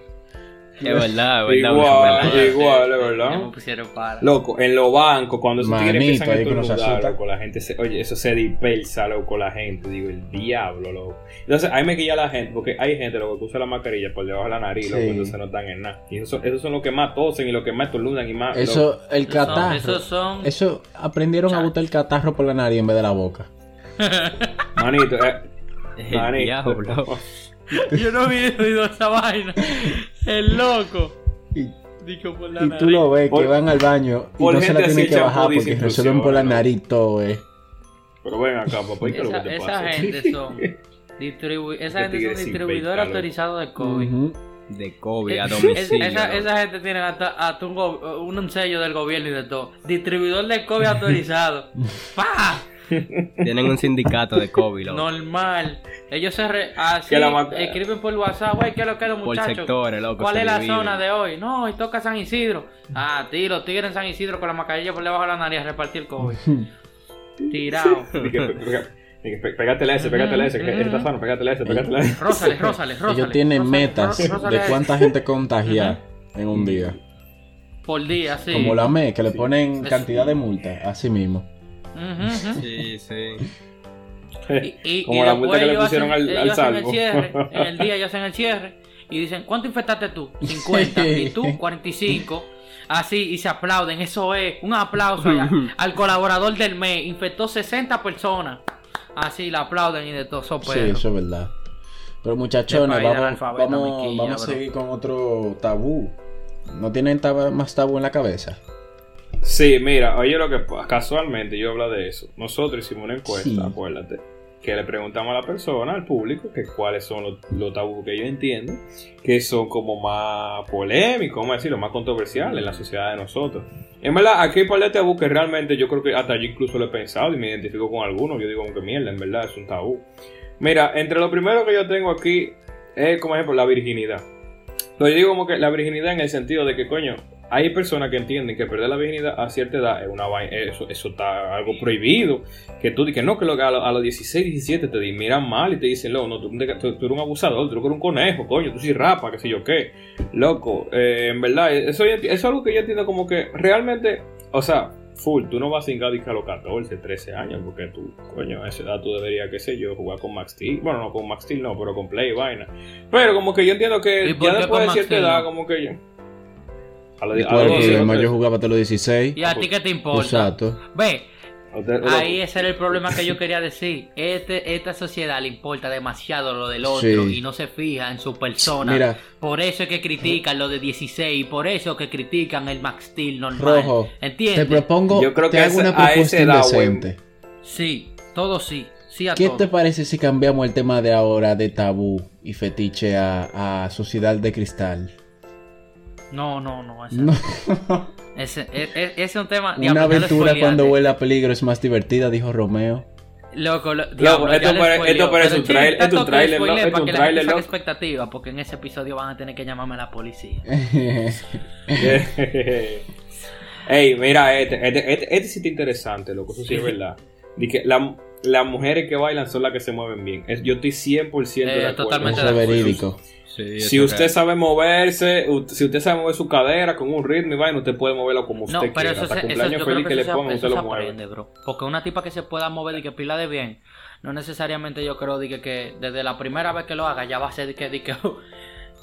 F: es verdad, es
C: eh,
F: verdad.
E: Igual,
F: es verdad.
E: igual, es verdad.
C: Ya me pusieron para.
E: Loco, en los bancos, cuando esos tigres
B: Manito,
E: empiezan
B: ahí
E: a
B: que nos
E: estornudar,
B: asusta.
E: loco, la gente se, oye, eso se dispersa, loco, la gente, digo, el diablo, loco. Entonces, ahí me guía la gente, porque hay gente, loco, que usa la mascarilla por debajo de la nariz, loco,
B: Sí.
E: entonces no están en nada. Y eso- esos son los que más tosen y los que más estornudan y más... loco.
B: Eso, el
C: Esos Ah, son-
B: catarro.
C: esos son-
B: Eso, aprendieron a botar el catarro por la nariz en vez de la boca.
E: Manito, eh,
F: El
E: manito.
F: diablo.
C: Yo no había oído esa vaina. El loco.
B: Y-
C: Dijo por la
B: Y tú lo ves, que
E: Por-
B: van al baño y
E: por
B: no se la
E: gente así
B: tienen que
E: hecha
B: bajar
E: por
B: porque resuelven por la
E: disinclusión, ¿no?
B: nariz todo, eh.
E: Pero ven acá, papá, ¿y ¿qué es lo
C: Esa,
E: que te
C: esa
E: pasa? Este
C: gente son. distribu- esa
E: Qué
C: gente son
E: tigres
C: distribuidores
E: infectados.
C: autorizados de COVID. Eh,
B: Ujú.
F: De COVID a
C: Es-
F: domicilio.
C: esa,
F: loco.
C: esa gente tiene hasta, hasta un, go- un sello del gobierno y de todo. Distribuidor de COVID autorizado. ¡Pah!
F: Tienen un sindicato de COVID, loco.
C: Normal. Ellos se re- así,
E: Que la ma-
C: escriben por WhatsApp, güey, ¿qué es lo que es, los
F: por
C: muchachos?
F: sectores, loco.
C: ¿Cuál
F: se
C: es la
F: dividen.
C: zona de hoy? No, hoy toca San Isidro. Ah, tío, los tigres en San Isidro con la mascarilla por debajo de la nariz a repartir COVID. Tirado.
E: Dije, pe- pe- dije, pe- Pégatela a ese, pégatela a ese, que ese está sano, pégatela a ese, pégatela a ese.
C: Rósales, Rósales, Rósales.
B: Ellos tienen
C: Rósales,
B: metas
C: Ro- Rósales
B: de cuánta gente contagiar en un día.
C: Por día, sí.
B: Como la ME, que le ponen
C: Es-
B: cantidad de multa, así mismo.
C: Ujú, ujú.
F: Sí, sí.
C: Y- y-
E: Como
C: y
E: la multa
C: después
E: que le
C: ellos
E: pusieron
C: hacen-
E: al- al
C: ellos hacen el
E: salvo.
C: cierre, en el día ellos hacen el cierre y dicen, ¿cuánto infectaste tú? 50. Y tú, 45. Así, y se aplauden. Eso es, un aplauso allá. Al colaborador del mes, infectó 60 personas. Así, la aplauden y de todo eso,
B: Sí,
C: pero.
B: eso es verdad. Pero muchachones,
C: Del país del
B: vamos,
C: alfabeto,
B: vamos,
C: miquilla,
B: vamos a
C: bro.
B: seguir con otro tabú. ¿No tienen tab- más tabú en la cabeza?
E: Sí, mira, oye lo que pasa. Casualmente yo hablo de eso. Nosotros hicimos una encuesta,
B: Sí.
E: acuérdate. Que le preguntamos a la persona, al público, que cuáles son los, los tabú que ellos entienden, que son como más polémicos, vamos a decirlo, más controversiales en la sociedad de nosotros. En verdad, aquí hay par de tabú que realmente yo creo que hasta yo incluso lo he pensado y me identifico con algunos. Yo digo, como que mierda, en verdad es un tabú. Mira, entre lo primero que yo tengo aquí es, como ejemplo, la virginidad. Pero yo digo como que la virginidad en el sentido de que, coño, hay personas que entienden que perder la virginidad a cierta edad es una vaina, eso, eso está algo prohibido. Que tú dices, no, que lo, que a, lo- a los 16, 17 te di- miran mal y te dicen, loco, no, tú, tú- tú eres un abusador, tú eres un conejo, coño, tú sí rapa, qué sé yo qué. Loco, eh, en verdad, eso, yo enti- eso es algo que yo entiendo como que realmente, o sea, full, tú no vas a cingar dizque a los 14, 13 años, porque tú, coño, a esa edad tú deberías, qué sé yo, jugar con Max Steel. Bueno, no con Max Steel, no, pero con Play y vaina. Pero como que yo entiendo
C: ¿Y por
E: que ya
C: qué con
E: después de
C: Max
E: cierta
C: Steel
E: edad,
C: no?
E: como que yo. A los a los
B: Porque
E: 12,
B: además yo
E: 13.
B: jugaba hasta los 16.
C: ¿Y a ti qué te importa?
B: Exacto.
C: Ve,
E: A usted- loco.
C: ahí ese era el problema que yo quería decir. Este, esta sociedad le importa demasiado lo del otro
B: Sí.
C: y no se fija en su persona.
B: Mira,
C: Por eso es que critican lo de 16 y por eso es que critican el Max Steel normal.
B: Rojo, te
C: ¿Entiendes?
B: propongo,
E: Yo creo
B: te
E: que
B: hago
E: ese-
B: una
E: a ese
B: propuesta
E: da, güey.
B: indecente.
C: Sí, todo sí. Sí a
B: ¿Qué
C: todo.
B: te parece si cambiamos el tema de ahora de tabú y fetiche a, a sociedad de cristal?
C: No, no, no. Ese,
B: No.
C: ese, e- e- ese es un tema.
B: Una
C: ya lo
B: aventura
C: spoileaste.
B: cuando huele a peligro es más divertida, dijo Romeo.
C: Loco, lo-
E: Loco,
C: ya
E: esto
C: lo
E: pare-
C: spoileó,
E: esto parece
C: pero
E: un
C: sí,
E: trailer-
C: tanto
E: es un
C: que
E: trailer,
C: spoileé
E: loco, es
C: para que la
E: un
C: gente
E: trailer,
C: saque
E: loco.
C: expectativa, porque en ese episodio van a tener que llamarme a la policía.
E: Ey, mira, este, este, este, este sí está interesante, loco. Eso sí es verdad. Di que la- las mujeres que bailan son las que se mueven bien. Es- yo estoy 100%
C: Eh,
E: de acuerdo.
C: totalmente
B: Eso es
C: de acuerdo.
B: verídico.
F: Sí,
E: Si
F: eso
E: usted
F: es-
E: sabe moverse, u- si usted sabe mover su cadera con un ritmo y vaina, usted puede moverlo como usted
C: No, pero
E: quiera.
C: eso,
E: Hasta
C: se, eso yo
E: cumpleaños
C: creo
E: feliz
C: que,
E: que le
C: eso se-
E: pongan,
C: eso
E: usted
C: se
E: lo mueve.
C: aprende, bro. Porque una tipa que se pueda mover y que pila de bien, no necesariamente yo creo de que, que desde la primera vez que lo haga ya va a ser de que, de que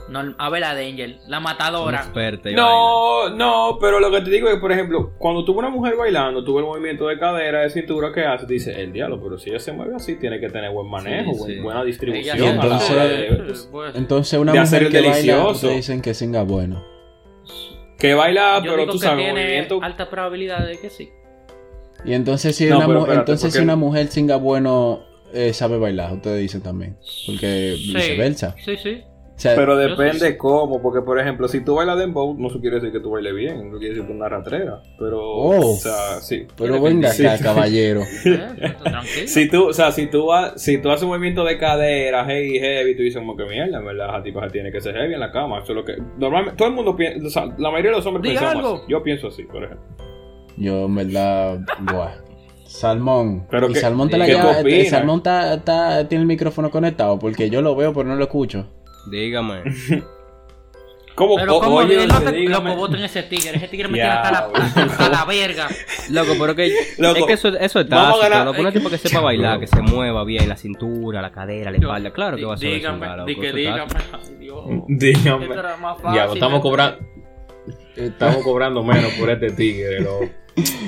C: no, a ver la de Angel, la
F: una
C: matadora.
F: experta y vaina.
E: No, no, pero lo que te digo es, por ejemplo, cuando tuve una mujer bailando, tuve el movimiento de cadera, de cintura que hace, dice, el diablo, pero si ella se mueve así, tiene que tener buen manejo,
F: Sí,
E: buen-
F: sí.
E: buena distribución.
B: sí,
E: a la
B: entonces-
E: hora de-
C: Pues,
B: Entonces una
E: De hacer
B: mujer
E: el
B: que baila
E: delicioso.
B: te dicen que singa bueno.
E: Que baila,
C: yo
E: pero
C: digo
E: tú
C: que
E: sabes,
C: tiene
E: movimiento.
C: alta probabilidad de que sí.
B: Y entonces si
E: No,
B: una
E: pero
B: mu-
E: espérate,
B: entonces si
E: porque-
B: una mujer singa bueno eh, sabe bailar, ustedes dicen también, porque
C: Sí.
B: viceversa.
C: Sí, sí.
B: O sea,
E: Pero
C: Yo
E: depende
C: sí.
E: cómo, porque por ejemplo, si tú bailas dembow, no se quiere decir que tú bailes bien, no quiere decir que una ratrera, pero
B: Oh.
E: o sea, sí.
B: pero venga
E: Sí.
B: acá, caballero.
C: ¿Eh? Tranquilo.
E: Si tú, o sea, si tú vas, si tú haces un movimiento de cadera, heavy, heavy, tú dices como que mierda, en verdad, esa tipa se tiene que ser heavy en la cama, eso es lo que normalmente todo el mundo piensa, o sea, la mayoría de los hombres
C: Diga
E: piensan
C: algo.
E: así. Yo pienso así, por ejemplo.
B: Yo, en verdad, buah. Salmón.
E: Pero
B: y
E: qué-
B: Salmón te la
E: ¿qué
B: lleva- Eh,
E: tú opinas?
B: Salmón está- está- tiene el micrófono conectado porque yo lo veo, pero no lo escucho.
F: Dígame.
E: ¿Cómo,
C: Pero como
E: oye,
C: bien, loco,
E: dígame.
C: loco, voten ese tigre. Ese tigre me
E: Ya,
C: tiene hasta la,
E: bro.
C: hasta la verga.
F: Loco, pero que.
E: Loco,
F: es que eso, eso es
E: vamos a
F: tácito,
E: ganar-
F: loco. Un tipo que sepa bailar, que se mueva bien la cintura, la cadera, la espalda. Claro que va a ser eso,
C: Dígame,
F: loco.
C: di que
F: eso es tácito.
C: dígame. Ay, Dios.
E: Dígame.
C: Esto era más fácil. ¿eh?
D: Ya, estamos cobrando.
B: Está-
D: Estamos cobrando menos por este tigre, loco.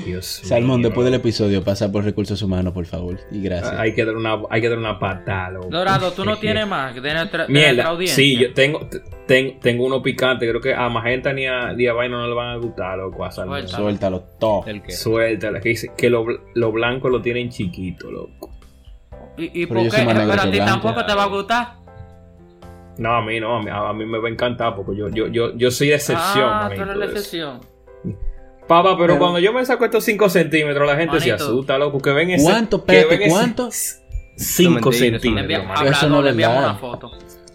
D: Dios
B: Salmón,
D: mío.
B: después del episodio, pasa por recursos humanos, por favor. Y gracias.
D: Hay que dar una, hay que dar una patada, loco.
C: Dorado, tú no tienes más de nuestra, de nuestra
D: Mierda,
C: audiencia.
D: sí, yo tengo, te- ten- tengo uno picante. Creo que a Magenta ni a, ni a Vaina no le van a gustar, loco. A Salmón.
E: Ah,
C: Suelta.
B: Suéltalo todo.
F: El que.
D: Suéltala, que dice que lo, bl- lo blanco lo tienen chiquito, loco.
C: ¿Y, y
B: Pero
C: por
B: yo
C: qué?
B: soy más negro
C: Pero
B: que
C: a ti
B: blanco.
C: tampoco te va a gustar.
D: No, a mí no, a mí, a mí me va a encantar porque yo, yo, yo, yo soy excepción.
C: ah,
D: manito,
C: tú eres la
D: de eso.
C: excepción.
D: Papá, pero, cuando yo me saco estos 5 centímetros, la gente se
C: Manito.
D: asusta, loco. Que ven ese.
B: ¿Cuánto,
D: que
B: espérate,
D: ven ese
B: cuánto?
D: 5
F: Eso es mentira, eso
C: Le
F: es
D: centímetros,
F: mentira.
C: enviamos,
D: manito.
B: Eso
C: hablando,
B: no es
C: le enviamos
B: verdad.
C: una foto.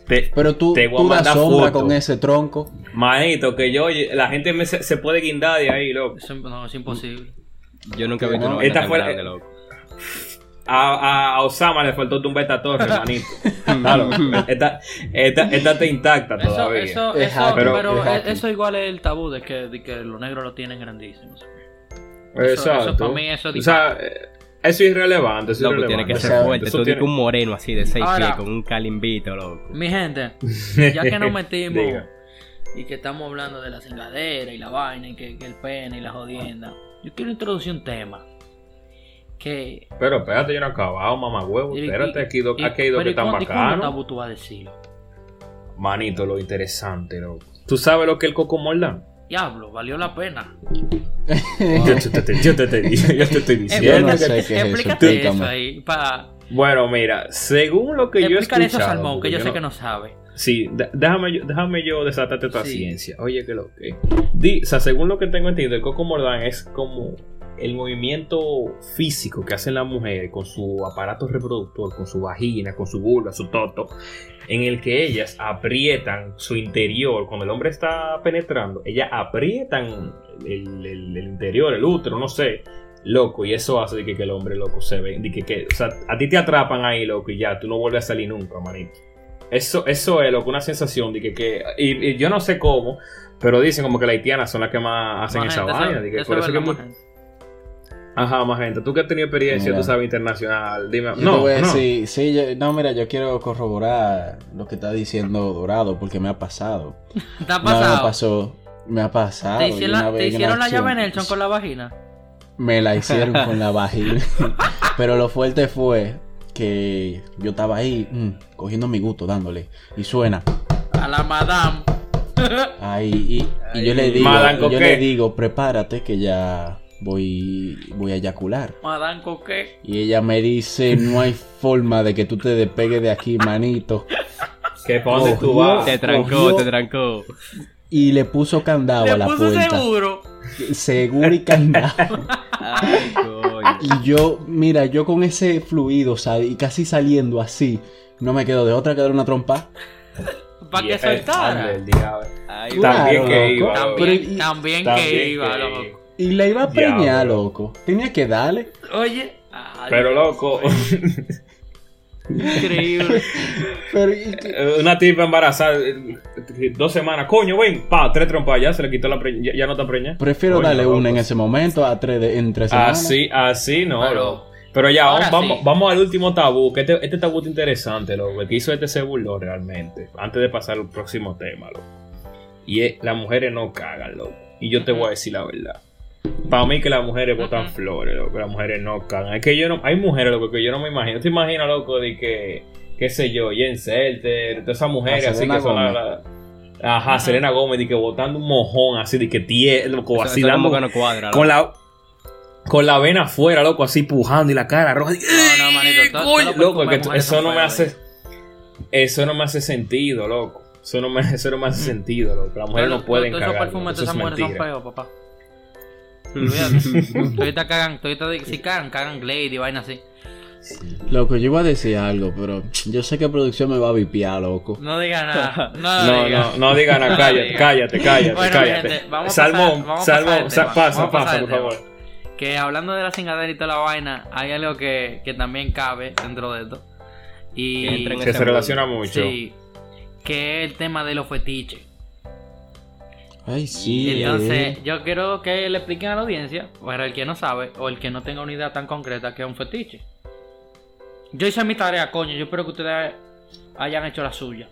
D: Te-
B: Pero tú,
D: Te voy a
B: tú das
D: mandar
B: sombra
D: foto.
B: con ese tronco.
D: Manito, que yo, la gente me se, se puede guindar de ahí, loco.
C: Eso- no, es imposible.
F: Yo nunca he visto
B: No,
F: una vaina
D: esta
F: tan
D: fue la-
F: grande, loco.
D: A, a- a Osama le faltó tumbar esta torre, manito. Claro, esta, esta, esta está intacta
C: Eso,
D: todavía.
C: eso,
B: Es
C: eso,
B: hacking,
C: pero,
B: es hacking.
C: e- eso igual es el tabú de que, de que los negros lo tienen grandísimos. eso-
D: Exacto.
C: eso para mí, eso es
D: o sea, eh, eso es irrelevante. Eso es
F: Loco, tiene
D: irrelevante.
F: que
B: O
F: ser
B: sea,
F: fuerte.
D: eso
F: Tú di
D: tiene-
F: que un moreno así de 6
C: Ahora-
F: pies con un calimbito, loco.
C: Mi gente, ya que nos metimos
D: Diga.
C: y que estamos hablando de la cingadera y la vaina y que, que el pene y la jodienda, yo quiero introducir un tema que...
D: Pero espérate, yo no he acabado, mamá huevo.
C: y-
D: Espérate,
C: y-
D: aquí hay dos-
C: y-
D: aquí hay dos
C: pero
D: que
C: ¿y
D: están
C: cómo- y cómo
D: bacanos.
C: tabú tú vas a decirlo?
D: Manito, lo interesante, loco. ¿Tú sabes lo que es el coco morlán?
C: Diablo, valió la pena.
D: Yo te, te- te- yo te- te- yo te estoy diciendo.
B: no
C: Explícate-
B: sé qué es eso,
C: Eh, explícate eso,
B: explícame.
C: ahí. Para
D: Bueno, mira, según lo que yo he escuchado...
C: explicar eso a Salmón, que
D: porque
C: yo sé que no sabe.
D: Sí, da- déjame, yo- déjame yo desatarte tu
C: Sí.
D: ciencia. Oye, que lo que... Di, o sea, según lo que tengo entendido, el coco mordán es como el movimiento físico que hacen las mujeres con su aparato reproductor, con su vagina, con su vulva, su toto, en el que ellas aprietan su interior. Cuando el hombre está penetrando, ellas aprietan el, el- el interior, el útero, no sé. Loco, y eso hace de que, que el hombre loco se ve. de que, que- o sea, a ti te atrapan ahí, loco, y ya, tú no vuelves a salir nunca, manito. Eso, eso es loco, una sensación de que, que y, y yo no sé cómo, pero dicen como que las haitianas son las que más hacen
C: Más
D: esa
C: gente,
D: vaina.
C: eso-
D: de que
C: eso
D: por
C: es
D: eso que mu-
C: verdad, más gente.
D: Ajá, más gente. Tú que has tenido experiencia,
B: Mira.
D: tú sabes, internacional. Dime.
B: Yo te
D: no,
B: voy a
D: no.
B: decir- sí, yo- no, mira, yo quiero corroborar lo que está diciendo Dorado porque me ha pasado.
C: ¿Te ha
B: No, me
C: pasado?
B: pasó. Me ha pasado.
C: ¿Te
B: y
C: hicieron,
B: una
C: la-
B: vez
C: te
B: en
C: hicieron la
B: acción,
C: llave en el chon con la vagina?
B: Me la hicieron con la vagina. Pero lo fuerte fue que yo estaba ahí mm, cogiendo mi gusto, dándole. Y suena.
C: A la madame.
B: Ahí, y, y yo le digo,
D: Madame
B: y yo
D: Coquet.
B: le digo, prepárate que ya voy, voy a eyacular.
C: Madame Coquet.
B: Y ella me dice, no hay forma de que tú te despegues de aquí, manito.
D: Que para dónde tú
B: Ojo.
D: vas.
F: Te trancó,
B: cogió-
F: te trancó.
B: Y le puso candado a
C: Le
B: la
C: puso
B: puerta.
C: seguro.
B: Seguro y candado.
F: Ay, coño.
B: Y yo, mira, yo con ese fluido, sal- y casi saliendo así, no me quedo de otra que dar una trompa.
C: Para que
D: Yeah, eh, ande
C: soltara.
D: el diablo.
F: Ay,
B: Claro,
D: También que
B: loco.
D: iba. loco.
B: Pero
C: También,
B: y-
C: también
D: También
C: que iba,
D: que
C: loco.
B: Y la iba a
D: Diablo.
B: preñar, loco. Tenía que darle.
C: Oye. ay,
D: Pero loco,
C: Increíble.
B: Pero, y que-
D: una tipa embarazada, eh, dos semanas, coño, ven, pa, tres trompas, ya se le quitó la preña, ya, ya no está preñada.
B: prefiero
D: Coño,
B: darle
D: loco. Ah,
B: una en ese momento a tres de, en tres semanas.
D: Así, así no,
C: Pero-
D: loco. Pero ya,
C: Ahora
D: vamos, vamos,
C: sí.
D: vamos al último tabú, que este, este tabú está interesante, loco, el que hizo este se burló realmente, antes de pasar al próximo tema, loco. Y es, las mujeres no cagan, loco. Y yo te voy a decir la verdad. Para mí que las mujeres botan
C: Ujú.
D: flores, loco, las mujeres no cagan. Es que yo no, hay mujeres, loco, que yo no me imagino. ¿Te imaginas, loco, de que, qué sé yo, Jen Selter, todas esas mujeres
B: Ah,
D: así
B: Selena
D: que son la-
B: Gómez.
D: la- Ajá, Selena Gómez, de que botando un mojón así, de que tie, loco,
F: Eso- eso
D: vacilando
F: como que no cuadra, loco.
D: con la con la vena afuera, loco, así pujando y la cara roja. ¡Eh,
C: No, no, manito, todo- todo lo
D: Coño,
C: perfume
D: loco,
C: de
D: que tú-
C: mujer
D: eso
C: son
D: no me
C: feos,
D: hace eso no me hace sentido, loco. Eso no me, eso no me hace sentido, loco. Las mujeres no pueden
C: Todos Mm. esos
D: cagar.
C: perfumes
D: loco. Eso
C: de esas
D: es
C: mujeres son
D: mentira.
C: feos, papá. Olvídate. Todavía cagan, todavía si cagan, cagan Glade y vaina así.
B: Loco, yo iba a decir algo, pero yo sé que producción me va a vipiar, loco.
C: No diga nada. No,
D: No, no, no digan nada, cállate,
C: diga.
D: cállate, cállate,
C: Bueno,
D: cállate.
C: gente, vamos a pasar-
D: salmón,
C: vamos a pasar
D: salmón,
C: el
D: sa-
C: tema,
D: pasa,
C: vamos a pasar
D: pasa,
C: el
D: por
C: tema.
D: favor.
C: Que hablando de la cingadera y toda la vaina, hay algo que, que también cabe dentro de esto. Y
F: Que entra en
D: Que se relaciona mucho.
C: sí, que es el tema de los fetiches.
B: Ay, sí. eh.
C: Entonces, yo quiero que le expliquen a la audiencia, para el que no sabe o el que no tenga una idea tan concreta, que es un fetiche. Yo hice mi tarea, coño. Yo espero que ustedes hayan hecho la suya.